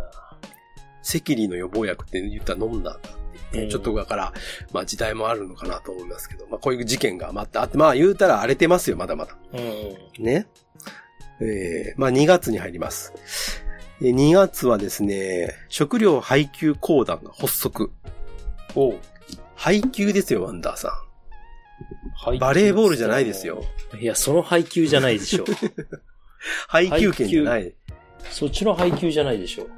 赤痢の予防薬って言ったら飲んだんだって、ねうんちょっとだから、まあ時代もあるのかなと思いますけど、まあこういう事件がまたあって、まあ言うたら荒れてますよ、まだまだ。うん。ね。えー、まあ2月に入ります。で2月はですね、食料配給公団が発足。おう。配給ですよ、ワンダーさ配ん。バレーボールじゃないですよ。。いや、その配給じゃないでしょ。配給権じゃない。 そっちの配給じゃないでしょ。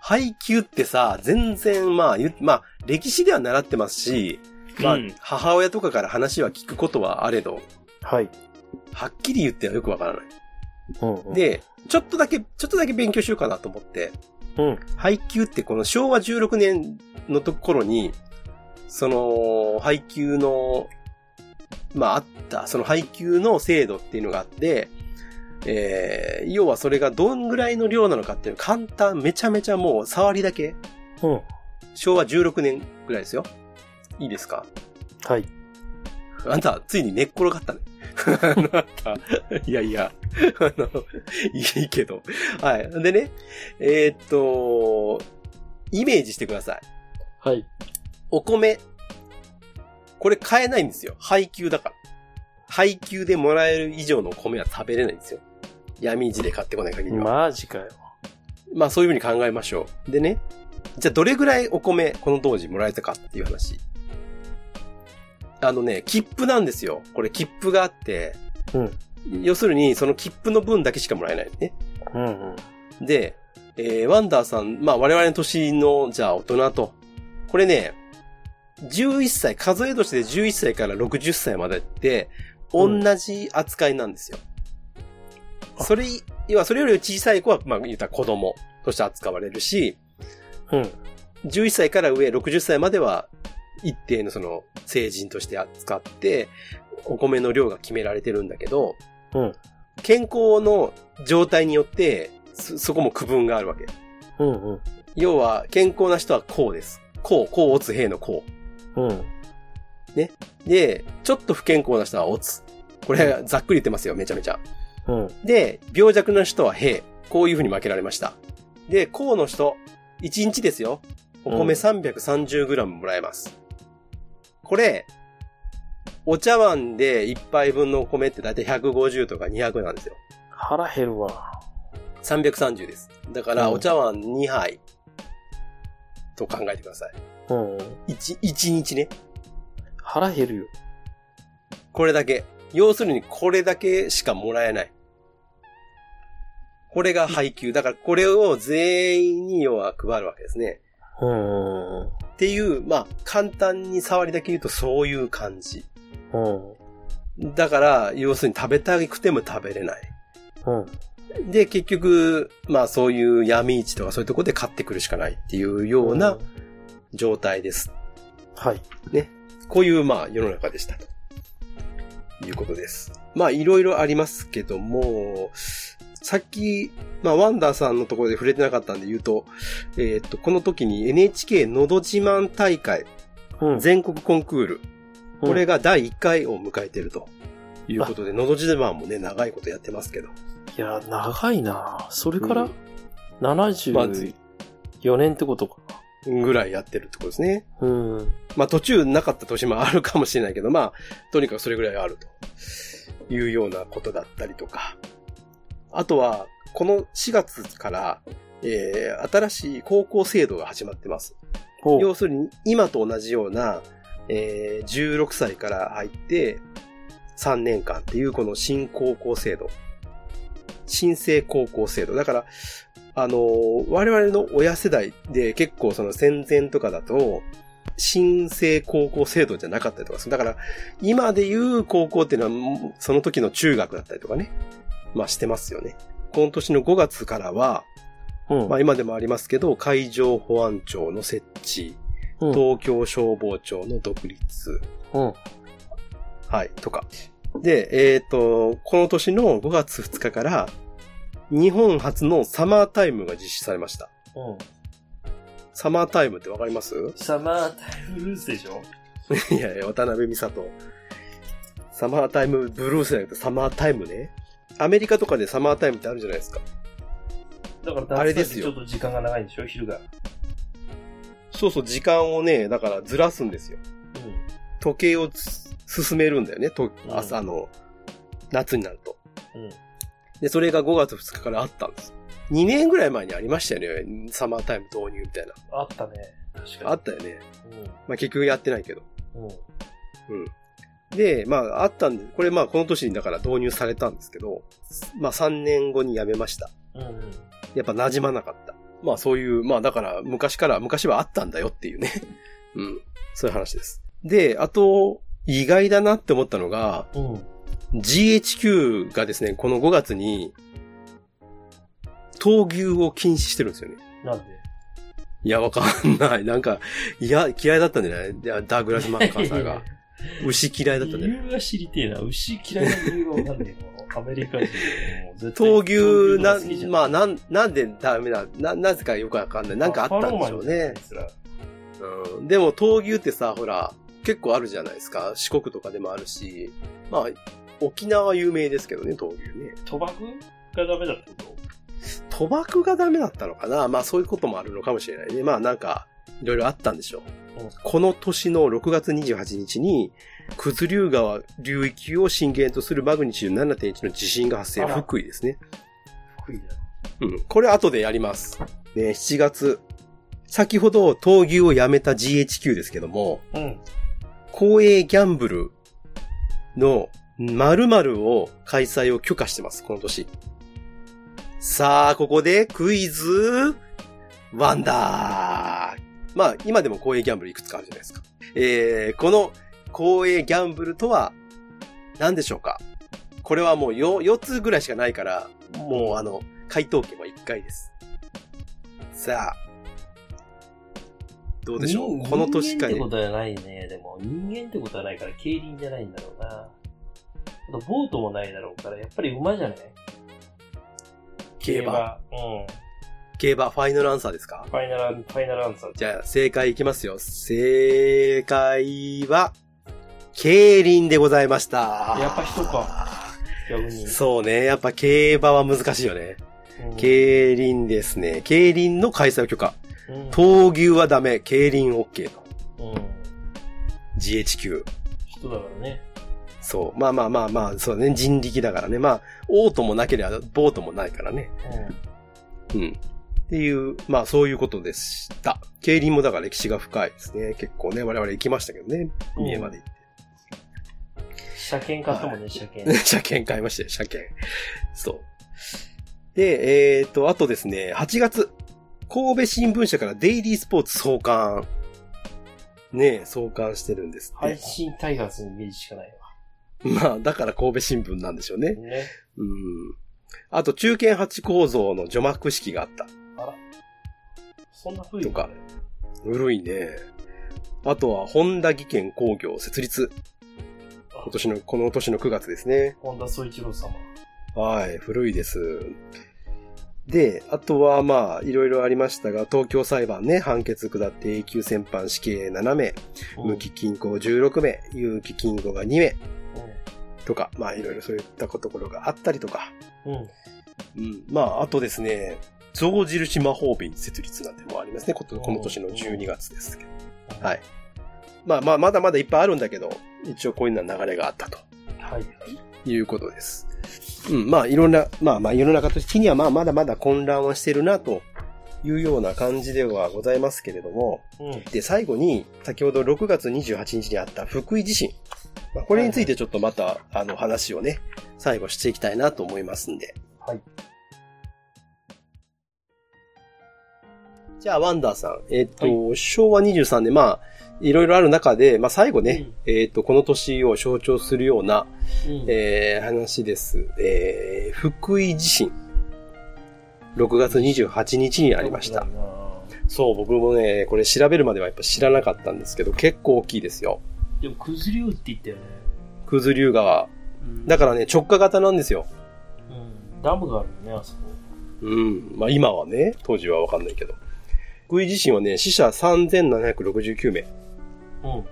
配給ってさ、全然、まあ、言うまあ、歴史では習ってますし、まあ、うん母親とかから話は聞くことはあれど、はい。はっきり言ってはよくわからない。うん。、で、ちょっとだけ、ちょっとだけ勉強しようかなと思って、うん。配給ってこの昭和16年のところに、その、配給の、まああった、その配給の制度っていうのがあって、えー、要はそれがどんぐらいの量なのかっていうの簡単、めちゃめちゃもう触りだけ、うん。昭和16年ぐらいですよ。いいですかはい。あんた、ついに寝っ転がったね。 あなた、いやいや、あの、い いいいけど。はい。でね、えーっと、イメージしてください。はい。お米。これ買えないんですよ。配給だから。配給でもらえる以上の米は食べれないんですよ。闇市で買ってこない限りは。マジかよ。まあそういうふうに考えましょう。でね。じゃあどれぐらいお米、この当時もらえたかっていう話。あのね、切符なんですよ。これ切符があって。うん要するに、その切符の分だけしかもらえないのね。うんうん。で、えーワンダーさん、まあ我々の年の、じゃあ大人と。これね、11歳、数え年で11歳から60歳までって、うん同じ扱いなんですよ。それ、要はそれより小さい子は、まあ言ったら子供として扱われるし、うん。 11歳から上、60歳までは、一定のその、成人として扱って、お米の量が決められてるんだけど、うん健康の状態によって、そ、そこも区分があるわけ。うんうん。要は、健康な人はこうです。こう、こう、おつ、兵のこうん。う。で、ちょっと不健康な人はおつ。これ、ざっくり言ってますよ、めちゃめちゃ。うん。で、病弱な人は兵。こういう風に分けられました。で、こうの人、1日ですよ。おうん米 330g もらえます。これ、お茶碗で1杯分のお米ってだいたい150とか200なんですよ。腹減るわ。 330です。だから、うんお茶碗2杯と考えてくださうん。い。1、1日ね。腹減るよ。これだけ。要するにこれだけしかもらえない。これが配給。だからこれを全員に要は配るわけですね。うん。うんっていう、まあ、簡単に触りだけ言うとそういう感じ。うん。だから、要するに食べたくても食べれない。うん。で、結局、まあそういう闇市とかそういうとこで買ってくるしかないっていうような状態です。はい。こういう、まあ、世の中でしたと。いうことです。まあ、いろいろありますけども、さっき、まあ、ワンダーさんのところで触れてなかったんで言うと、えーっと、この時に NHK のど自慢大会うん。全国コンクール、これが第1回を迎えてると。いうことで、のど自慢もね、長いことやってますけど。いや、長いなそれかうらんまあ74年ってことか。ぐらいやってるってことですね。うん。まあ途中なかった年もあるかもしれないけど、まあ、とにかくそれぐらいあるというようなことだったりとか。あとは、この4月から、えー、新しい高校制度が始まってます。ほう要するに、今と同じような、えー、16歳から入って3年間っていうこの新高校制度。新生高校制度。だから、あのー我々の親世代で結構その戦前とかだと、新生高校制度じゃなかったりとかする。だから、今で言う高校っていうのはもう、その時の中学だったりとかね。まあしてますよね。この年の5月からは、うん。まあ今でもありますけど、海上保安庁の設置、うん東京消防庁の独立、うん。はい、とか。で、えっ、と、この年の5月2日から、日本初のサマータイムが実施されました。うん。サマータイムってわかります サマータイムルーズでしょいやいや、渡辺美里。サマータイムブルースじゃなくてサマータイムね。アメリカとかでサマータイムってあるじゃないですか。だからあれですよ夏だけちょっと時間が長いんでしょ昼が。そうそう、時間をね、だからずらすんですよ。時計をつ進めるんだよね、とうん朝の、夏になると。うん。うん。で、それが5月2日からあったんです。2年ぐらい前にありましたよね、サマータイム導入みたいな。あったね。確あかったよね。に。まあ、結局やってないけど。うん。うん。で、まあ、あったんで、これまあ、この年にだから導入されたんですけど、まあ、3年後にやめました。うんうん。やっぱ馴染まなかった。まあ、そういう、まあ、だから、昔から、昔はあったんだよっていうね。 うん。そういう話です。で、あと、意外だなって思ったのが、うん。 GHQ がですね、この5月に、闘牛を禁止してるんですよね。なんでいや、わかんない。なんか、いや、嫌いだったんじゃないいやダーグラス・マッカーサ ーが。牛嫌いだったんじゃない理由は知りてえな。牛嫌いな理由がわかんねえ な。アメリカ人もう絶対闘牛、な闘牛が好きじゃ、んまあ、なん、なんでダメだ、な、なぜかよくわかんない。なんかあったんでしょうね。うん。でも、闘牛ってさ、ほら、結構あるじゃないですか。四国とかでもあるし。まあ、沖縄は有名ですけどね、闘牛ね。賭博がダメだってこ賭博がダメだったのかなまあ、そういうこともあるのかもしれないね。まあ、なんか、いろいろあったんでしょう。うんこの年の6月28日に、九頭竜川流域を震源とするマグニチュード7.1の地震が発生、あら福井ですね。と福井だ。うん。これ後でやります。ね、7月。先ほど、闘牛をやめた GHQ ですけども、うん。公営ギャンブルの〇〇を開催を許可してます、この年。さあ、ここでクイズ、ワンダー。まあ、今でも公営ギャンブルいくつかあるじゃないですか。えー、この公営ギャンブルとは何でしょうかこれはもうよ4つぐらいしかないから、もうあの、回答権は1回です。さあ、どうでしょうこの年か人間ってこにとはないね。でも、人間ってことはないから、競輪じゃないんだろうな。あと、ボートもないだろうから、やっぱり馬じゃない競馬。うん。競馬ファイナルアンサーですかファイナル、ファイナルアンサー。じゃあ、正解いきますよ。正解は、競輪でございました。やっぱ人か。逆に。そうね。やっぱ競馬は難しいよね。うん競輪ですね。競輪の開催を許可。うん闘牛はダメ。競輪 OK と。うん。 GHQ。人だからね。そう。まあまあまあまあ、そうね。人力だからね。まあ、オートもなければ、ボートもないからね。うん。っていう、まあそういうことでした。競輪もだから歴史が深いですね。結構ね、我々行きましたけどね。うん三重まで行って。車検買ったもんね、車検。 車検買いましたよ、車検。そう。で、えー、っと、あとですね、8月、神戸新聞社からデイリースポーツ創刊。ねえ、創刊してるんですって。配信タイガースのイメージしかないわ。まあ、だから神戸新聞なんでしょうね。ね。うん。あと、中堅八構造の除幕式があった。そんな風に。とか古いね。あとは、本田技研工業設立。今年の、この年の9月ですね。本田宗一郎様。はい、古いです。で、あとはまあ、いろいろありましたが、東京裁判ね、判決下って永久戦犯死刑7名、無期禁錮16名、有期禁錮が2名、うん。とか、まあいろいろそういったところがあったりとか、うん。うん、まああとですね、象印魔法瓶設立なんてのもありますね、ことこの年の12月ですけど。はい。まあまあ、まだまだいっぱいあるんだけど、一応こういうような流れがあったとはい。いうことです。うん、まあいろんな、まあまあ世の中的にはまあまだまだ混乱はしてるなというような感じではございますけれども、うん。で、最後に、先ほど6月28日にあった福井地震。まあ、これについてちょっとまた、あの、話をね、最後していきたいなと思いますんで。はい。じゃあ、ワンダーさん。えっ、と、昭和23年、まあ、いろいろある中で、まあ、最後ね、えっ、と、この年を象徴するような、うんえー、話です。えー、福井地震。6月28日にありました。そう、僕もね、これ調べるまではやっぱ知らなかったんですけど、結構大きいですよ。でも、崩れようって言ったよね。九頭竜川。うんだからね、直下型なんですよ。うんダムがあるよね、あそこ。うん。まあ今はね、当時はわかんないけど。福井地震はね、死者3769名。うん。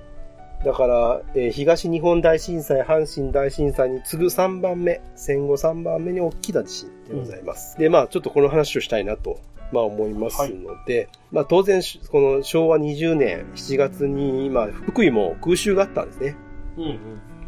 だから、えー東日本大震災、阪神大震災に次ぐ3番目、戦後3番目に大きな地震でございます。で、まあちょっとこの話をしたいなと、まあ思いますので、まあ当然、この昭和20年7月に、まあ福井も空襲があったんですね。うん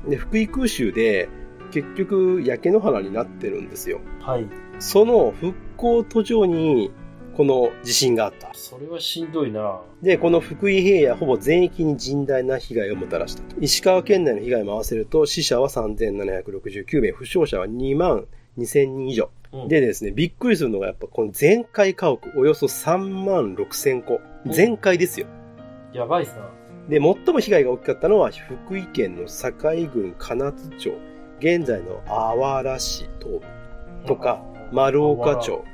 で福井空襲で結局焼け野原になってるんですようん。はい。その復興途上にこの地震があったそれはしんどいな。でこの福井平野ほぼ全域に甚大な被害をもたらしたと石川県内の被害も合わせると死者は3769名負傷者は2万2000人以上うんでですねびっくりするのがやっぱこの全壊家屋およそ3万6000戸うん全壊ですよやばいっすな。で、最も被害が大きかったのは、福井県の境郡金津町、現在のあわら市東部とか、丸岡町、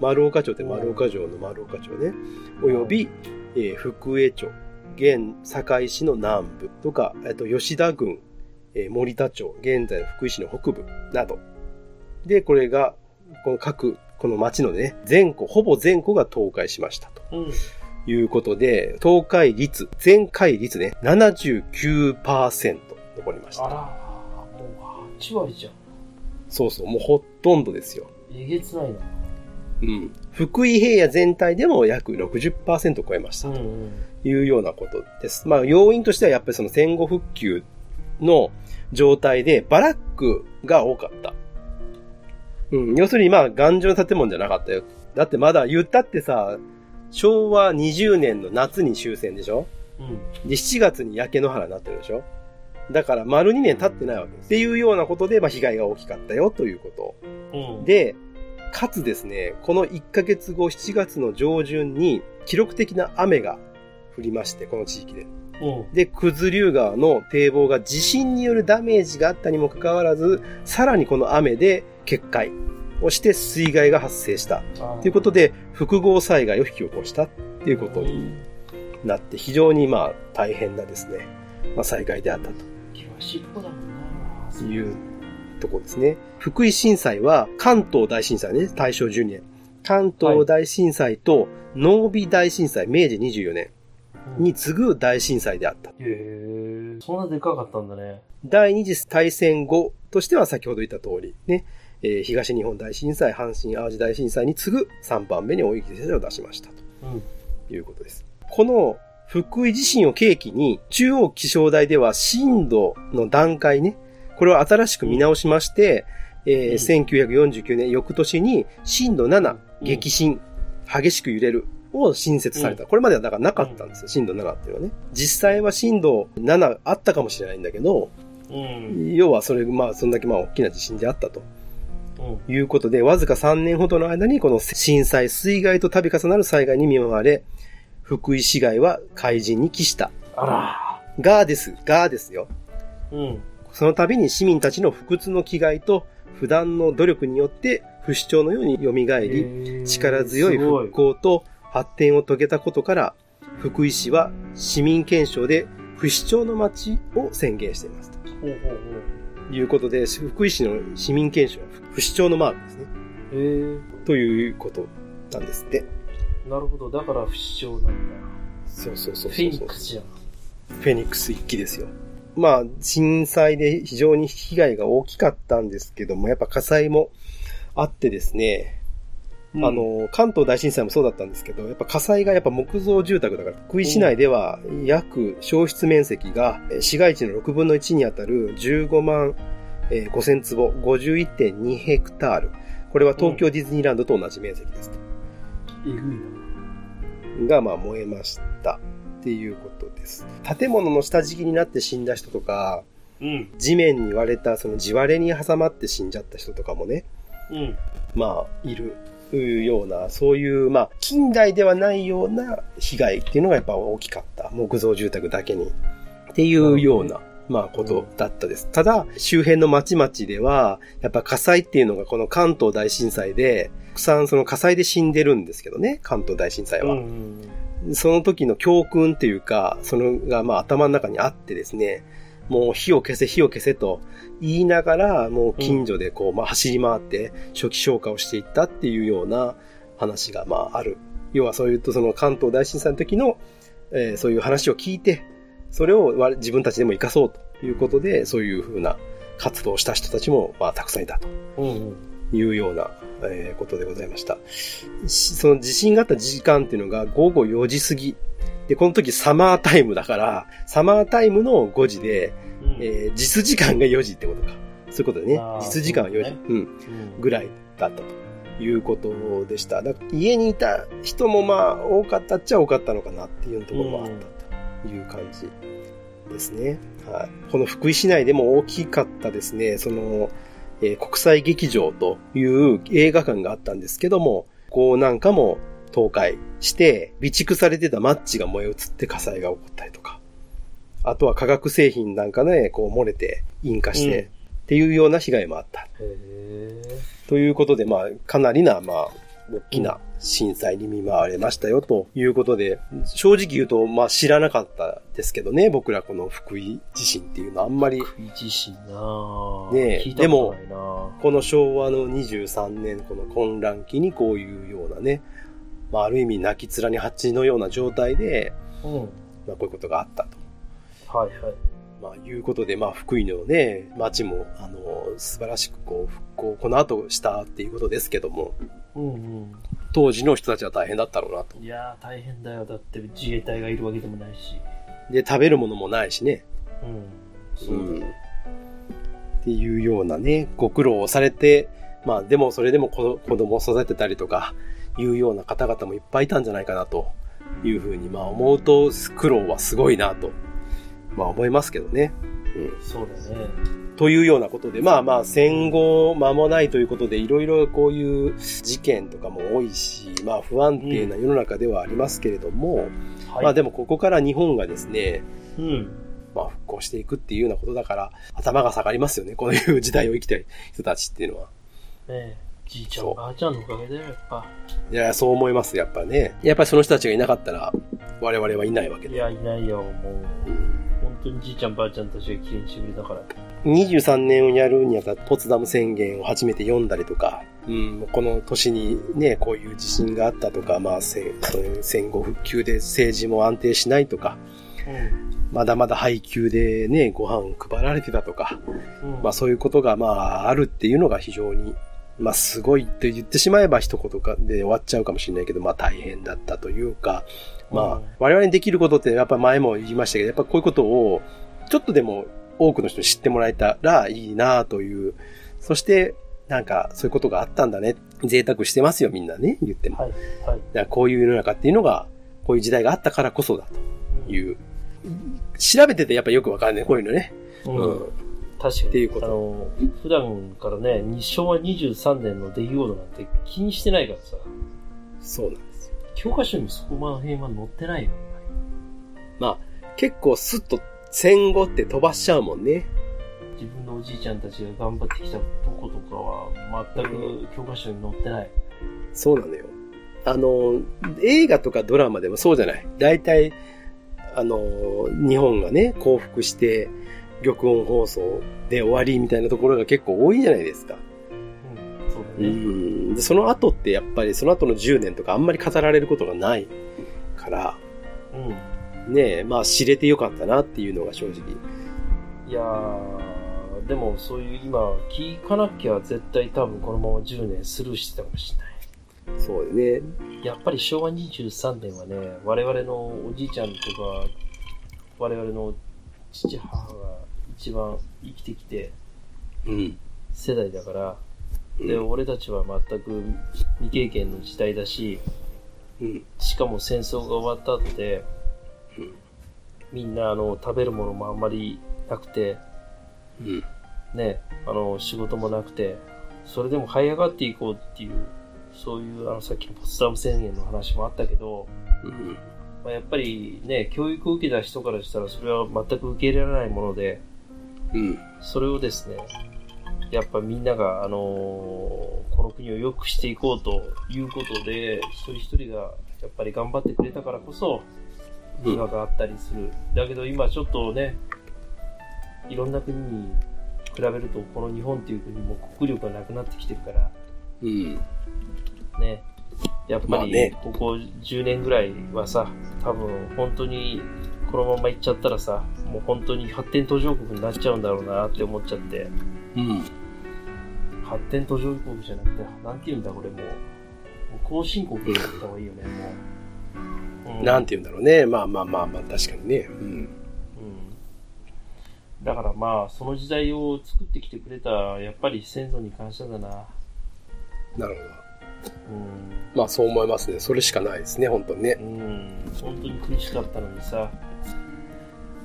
丸岡町って丸岡城の丸岡町ね、および、えー福江町、現堺市の南部とか、えっと、吉田郡、えー森田町、現在の福井市の北部など。で、これが、この各、この町のね、全戸、ほぼ全戸が倒壊しましたと。うん。ということで、倒壊率、全壊率ね、79%残りましあらた。、もう8割じゃん。そうそう、もうほとんどですよ。えげつないな。うん。福井平野全体でも約60%を超えました。んとうん。いうようなことです。まあ、要因としてはやっぱりその戦後復旧の状態で、バラックが多かった。うん。要するにまあ、頑丈な建物じゃなかったよ。だってまだ言ったってさ、昭和20年の夏に終戦でしょうん。で、7月に焼け野原になってるでしょだから、丸2年経ってないわけです。っていうようなことで、まあ、被害が大きかったよ、というこうと。ん、で、かつですね、この1ヶ月後、7月の上旬に、記録的な雨が降りまして、この地域で。うん、で、九頭竜川の堤防が地震によるダメージがあったにもかかわらず、さらにこの雨で決壊をして水害が発生した。あーということで、複合災害を引き起こしたっていうことになって、非常にまあ大変なですね、まあ、災害であった東尻尾だもんな。というところですね。福井震災は関東大震災ね、大正12年。関東大震災と濃尾大震災、明治24年うんに次ぐ大震災であった。へえ、そんなでかかったんだね。第二次大戦後としては先ほど言った通り、ね、えー東日本大震災、阪神淡路大震災に次ぐ3番目に大雪犠牲者を出しましたと。うん。ということです。この福井地震を契機に、中央気象台では震度の段階ね、これを新しく見直しまして、えー1949年翌年に震度7、うん激震、激しく揺れるを新設された。これまではだからなかったんですよ、震度7っていうのはね。実際は震度7あったかもしれないんだけど、うん。要はそれ、まあ、そんだけまあ大きな地震であったと。うん。ということで、わずか3年ほどの間にこの震災、水害と度重なる災害に見舞われ、福井市街は怪人に帰した。あら。がです、がですよ。うん。その度に市民たちの不屈の気概と不断の努力によって不死鳥のように蘇り、へえ力強いすご復興と発展を遂げたことから、福井市は市民憲章で不死鳥の町を宣言しています。ほうほうということで、福井市の市民憲章は不死鳥のマークですね。ほう。へということなんですって。え、なるほど。だから不死鳥なんだ。そうそうそうそうそう。フェニックスじゃん。フェニックス一揆ですよ。まあ、震災で非常に被害が大きかったんですけども、やっぱ火災もあってですね、うんあの、関東大震災もそうだったんですけど、やっぱ火災がやっぱ木造住宅だから、福井市内では約消失面積がえー市街地の6分の1にあたる15万えー5000坪、51.2ヘクタール。これは東京ディズニーランドと同じ面積ですと。が、まあ、燃えました。っていうことです。建物の下敷きになって死んだ人とか、うん。地面に割れた、その地割れに挟まって死んじゃった人とかもね、うん。まあ、いる。ような、そういう、まあ、近代ではないような被害っていうのがやっぱ大きかった。木造住宅だけに。っていうような、まあ、ことだったです。ただ、周辺の町々では、やっぱ火災っていうのがこの関東大震災で、たくさんその火災で死んでるんですけどね、関東大震災うは。ん。その時の教訓っていうか、そのがまあ頭の中にあってですね、もう火を消せ、火を消せと言いながら、もう近所でこう、まあ走り回って初期消火をしていったっていうような話がまあある。要はそういうとその関東大震災の時の、えーそういう話を聞いて、それを我自分たちでも活かそうということで、そういうふうな活動をした人たちもまあたくさんいたと。うん。いうような、えーことでございました。しその地震があった時間っていうのが午後4時過ぎ。で、この時サマータイムだから、サマータイムの5時で、えー実時間が4時ってことか。そういうことでねあ。ー実時間は4時。そううん。ぐらいだったということでした。だから家にいた人もまあ多かったっちゃ多かったのかなっていうところもあったという感じですね。はい、この福井市内でも大きかったですね、その、えー国際劇場という映画館があったんですけども、こうなんかも倒壊して、備蓄されてたマッチが燃え移って火災が起こったりとか、あとは化学製品なんかね、こう漏れて引火して、うんっていうような被害もあった。ということで、まあ、かなりな、まあ、大きな震災に見舞われましたよ、ということで、正直言うと、まあ、知らなかったですけどね、僕らこの福井地震っていうのはあんまり、食い地震なぁねえ聞いたことないなぁこの昭和の23年、この混乱期にこういうようなね、まあ、ある意味、泣き面に蜂のような状態で、うん。はいまあ、こういうことがあったと。はい。まあ、いうことで、まあ、福井のね、町も、あの、素晴らしくこう、復興、この後したっていうことですけども、うんう当時の人たちは大変だったろうなとん。。いやー、大変だよ。だって自衛隊がいるわけでもないし。で、食べるものもないしね。うん。うんっていうようなね、ご苦労をされて、まあでもそれでも子子供を育てたりとかいうような方々もいっぱいいたんじゃないかなというふうにまあ思うと苦労はすごいなと、まあ思いますけどね。そうだね。というようなことで、まあまあ戦後間もないということでいろいろこういう事件とかも多いし、まあ不安定な世の中ではありますけれども、はい。まあでもここから日本がですね、うん。まあ、復興していくっていうようなことだから、頭が下がりますよね。こういう時代を生きてる人たちっていうのは。ねえ。じいちゃそん、うばあちゃんのおかげだよ、やっぱ。いや、そう思います、やっぱね。やっぱりその人たちがいなかったら、我々はいないわけいで。や、いないよ、もう。本当にじいちゃん、ばあちゃんたちが綺麗にしてくれたから。 23年をやるにあたって、ポツダム宣言を初めて読んだりとか、うん、この年にね、こういう地震があったとか、まあ、戦戦後復旧で政治も安定しないとか、まだまだ配給でね、ご飯を配られてたとか、うん。まあそういうことがまああるっていうのが非常に、まあすごいって言ってしまえば一言かで終わっちゃうかもしれないけど、まあ大変だったというか、まあうん我々にできることってやっぱ前も言いましたけど、やっぱこういうことをちょっとでも多くの人に知ってもらえたらいいなという、そしてなんかそういうことがあったんだね。贅沢してますよみんなね、言っても。はい、はい。だからこういう世の中っていうのが、こういう時代があったからこそだという。調べててやっぱよくわかんない、こういうのね。うん。ううんん確かに。っていうことあの、普段からね、に昭和23年の出来事なんて気にしてないからさ、そうなんですよ。教科書にそこら辺は載ってないよ。結構スッと戦後って飛ばしちゃうもんね。自分のおじいちゃんたちが頑張ってきたとことかは、全く教科書に載ってない。そうなのよ。あの、映画とかドラマでもそうじゃない。大体、あの、日本がね、降伏して、玉音放送で終わりみたいなところが結構多いじゃないですか。うん、そううだね。ん。でその後ってやっぱりその後の10年とかあんまり語られることがないから、うん。ねえ、まあ知れてよかったなっていうのが正直いやー、でもそういう今、聞かなきゃ絶対多分このまま10年スルーしてたかもしれない。そうよね。やっぱり昭和23年はね、我々のおじいちゃんとか、我々の父母が一番生きてきてうん。世代だから、で、うん俺たちは全く未経験の時代だし、うん。しかも戦争が終わった後で、うんみんなあの食べるものもあんまりなくて、うん。ね、あの仕事もなくて、それでも這い上がっていこうっていう、そういうあのさっきのポツダム宣言の話もあったけど、うん。まあ、やっぱりね、教育を受けた人からしたらそれは全く受け入れられないもので、うん。それをですね、やっぱみんなが、あのーこの国を良くしていこうということで、一人一人がやっぱり頑張ってくれたからこそ、うん今があったりする。だけど今ちょっとね、いろんな国に比べると、この日本っていう国も国力がなくなってきてるから、うん。ね、やっまぱありねここ10年ぐらいはさ、多分本当にこのまま行っちゃったらさ、もう本当に発展途上国になっちゃうんだろうなって思っちゃって、うん。発展途上国じゃなくて、なんて言うんだ、これもう。もう後進国になった方がいいよね、もう。うなんて言うんだろうね。まあまあまあまあ、確かにね。うん。うん。だからまあ、その時代を作ってきてくれた、やっぱり先祖に感謝だな。なるほうど。まあそう思いますね。それしかないですね、本当にね。ん。うん。本当に苦しかったのにさ、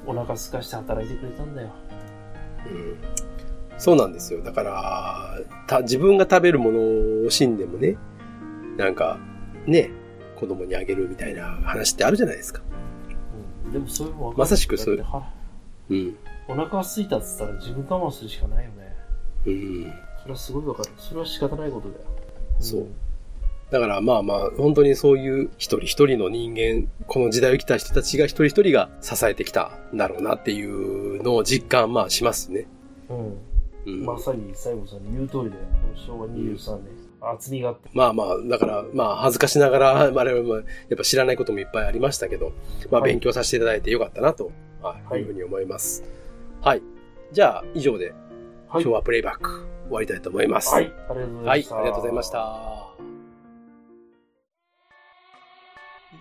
お腹空かして働いてくれたんだよ。うん。そうなんですよ。だから、た自分が食べるものを惜しんでもね、なんか、ね、子供にあげるみたいな話ってあるじゃないですか。うん。でもそれも分かるまさしくそうだってはうん。お腹が空いたっつったら自分我慢するしかないよね。うん。それはすごい分かる。それは仕方ないことだよ。そう。だからまあまあ、本当にそういう一人一人の人間、この時代を生きた人たちが一人一人が支えてきたんだろうなっていうのを実感まあしますね。うん。うん。うん、まさに西郷さんの言う通りだよ。この昭和23年。厚みがあって。まあまあ、だから、まあ、恥ずかしながら、我々も、やっぱ知らないこともいっぱいありましたけど、まあ、はい勉強させていただいてよかったなと、はい、はいいうふうに思います。はい。じゃあ、以上で、はい。今日はプレイバック、終わりたいと思います。はい。ありがとうござはまいいした。ありがとうございまし。た。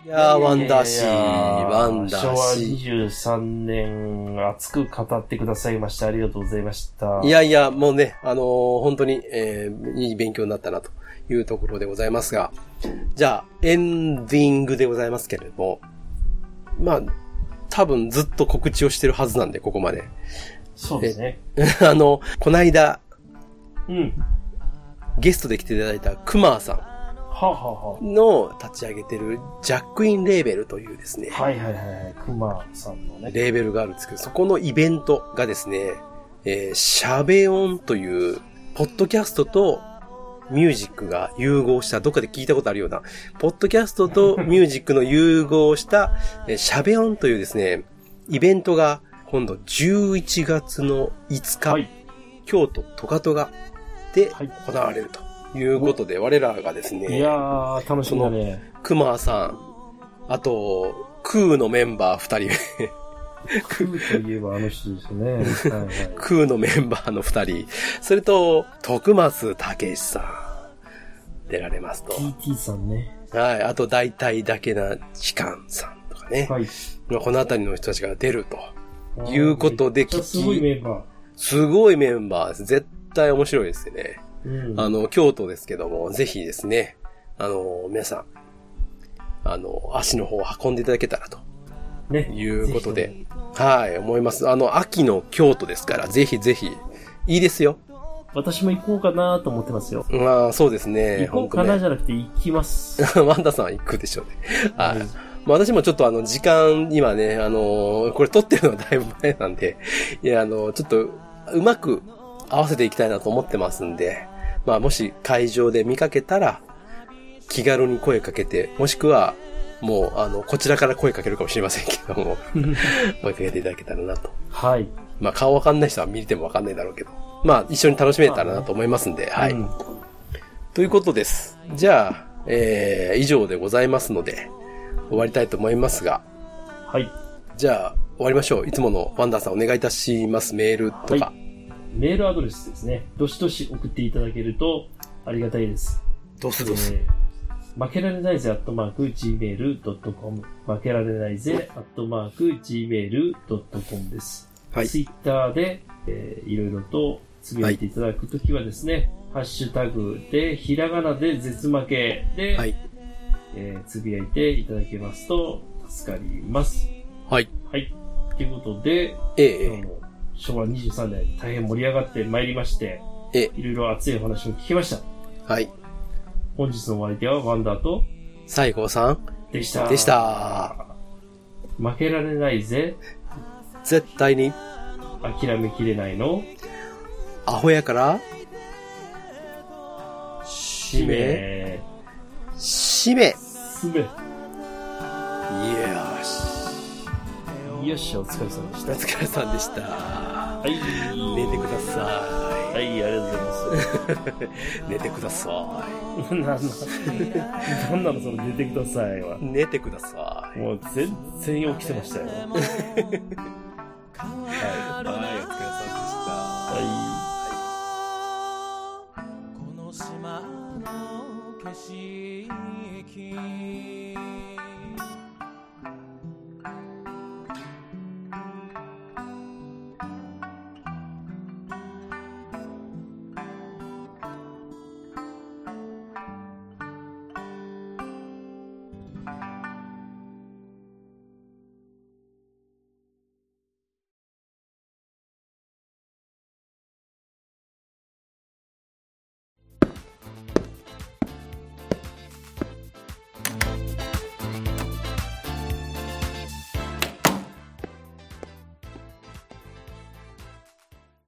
いやー、ワンダーシー、ワンダ昭ー和シ23年、熱く語ってくださいまして、ありがとうございました。ー。い、やいや、もうね、あのー本当に、えーいい勉強になったなというところでございますが、じゃあ、エンディングでございますけれども、まあ、多分ずっと告知をしてるはずなんで、ここまで。 そうですね。あの、こないだ、うん。ゲストで来ていただいたクマーさはあ、はあはんの立ち上げてるジャックインレーベルというですね、あ、はいはいはいはい。くまさんのね。レーベルがあるんですけど、そこのイベントがですね、えー、シャベオンという、ポッドキャストとミュージックが融合した、どっかで聞いたことあるような、ポッドキャストとミュージックの融合した、えーシャベオンというですね、イベントが今度11月の5日、はい京都トカトガではい行われるということで、我らがですいね、やー、楽しみだね。クマさん、あと、クーのメンバー2人目、クーといえばあの人ですね。はいはい。空のメンバーの二人、それと、徳松武さん、出られますと。 TT さんね。はい。あと、大体だけな時間さんとかね。はい。まあこの辺りの人たちが出ると。いうことでめっちゃすごいメンバすごいメンバーです。絶対面白いですね。ー。うん。あの、京都ですけども、ぜひですね、あの、皆さん、あの、足の方を運んでいただけたらとね。いうことぜで、はい、思います。あの、秋の京都ですから、ぜひぜひ、いいですよ。ひ。私も行こうかなと思ってますよ。まあ、そうですね。行こうかな本じゃなくて行きます。当ね ワンダさんは行くでしょうね。はい。まあ私もちょっとあの、時間、今ね、あのーこれ撮ってるのはだいぶ前なんで、いや、あのーちょっと、うまく合わせていきたいなと思ってますんで、まあもし会場で見かけたら、気軽に声かけて、もしくは、もう、あの、こちらから声かけるかもしれませんけども、 声かけていただけたらなと。はい。まあ顔わかんない人は見てもわかんないだろうけど、まあ一緒に楽しめたらなと思いますんで、はい。うんということです。じゃあ、えー、以上でございますので、終わりたいと思いますが、はい。じゃあ、終わりましょう。いつものワンダーさんお願いいたします。メールとか。メールアドレスですね。どしどし送っていただけるとありがたいです。どうすえー負けられないぜ、アットマーク、gmail.com。負けられないぜ、アットマーク、gmail.com です。はい。ツイッターで、えーいろいろとつぶやいていただくときはですね、ハッシュタグで、ひらがなで絶負けで、はい。えーつぶやいていただけますと助かります。はい。はい。ということで、え今日え、も昭和23年大変盛り上がってまいりまして、ええいろいろ熱いお話を聞きました。はい。本日のお相手はワンダーと西郷さん、でした。でした。負けられないぜ、絶対に、諦めきれないの、アホやから、しめ、め、しめ。イエすめ。ーし。よっしゃ、お疲れ様でしお疲れさんでした。た。はい。寝てくださはい、ありがとうございます。 い。寝てくださ。。なんな、なんなのその寝てくださいはい寝てください。もう全然起きてましたよ。はい、お疲れさんでした。はい。この島の景色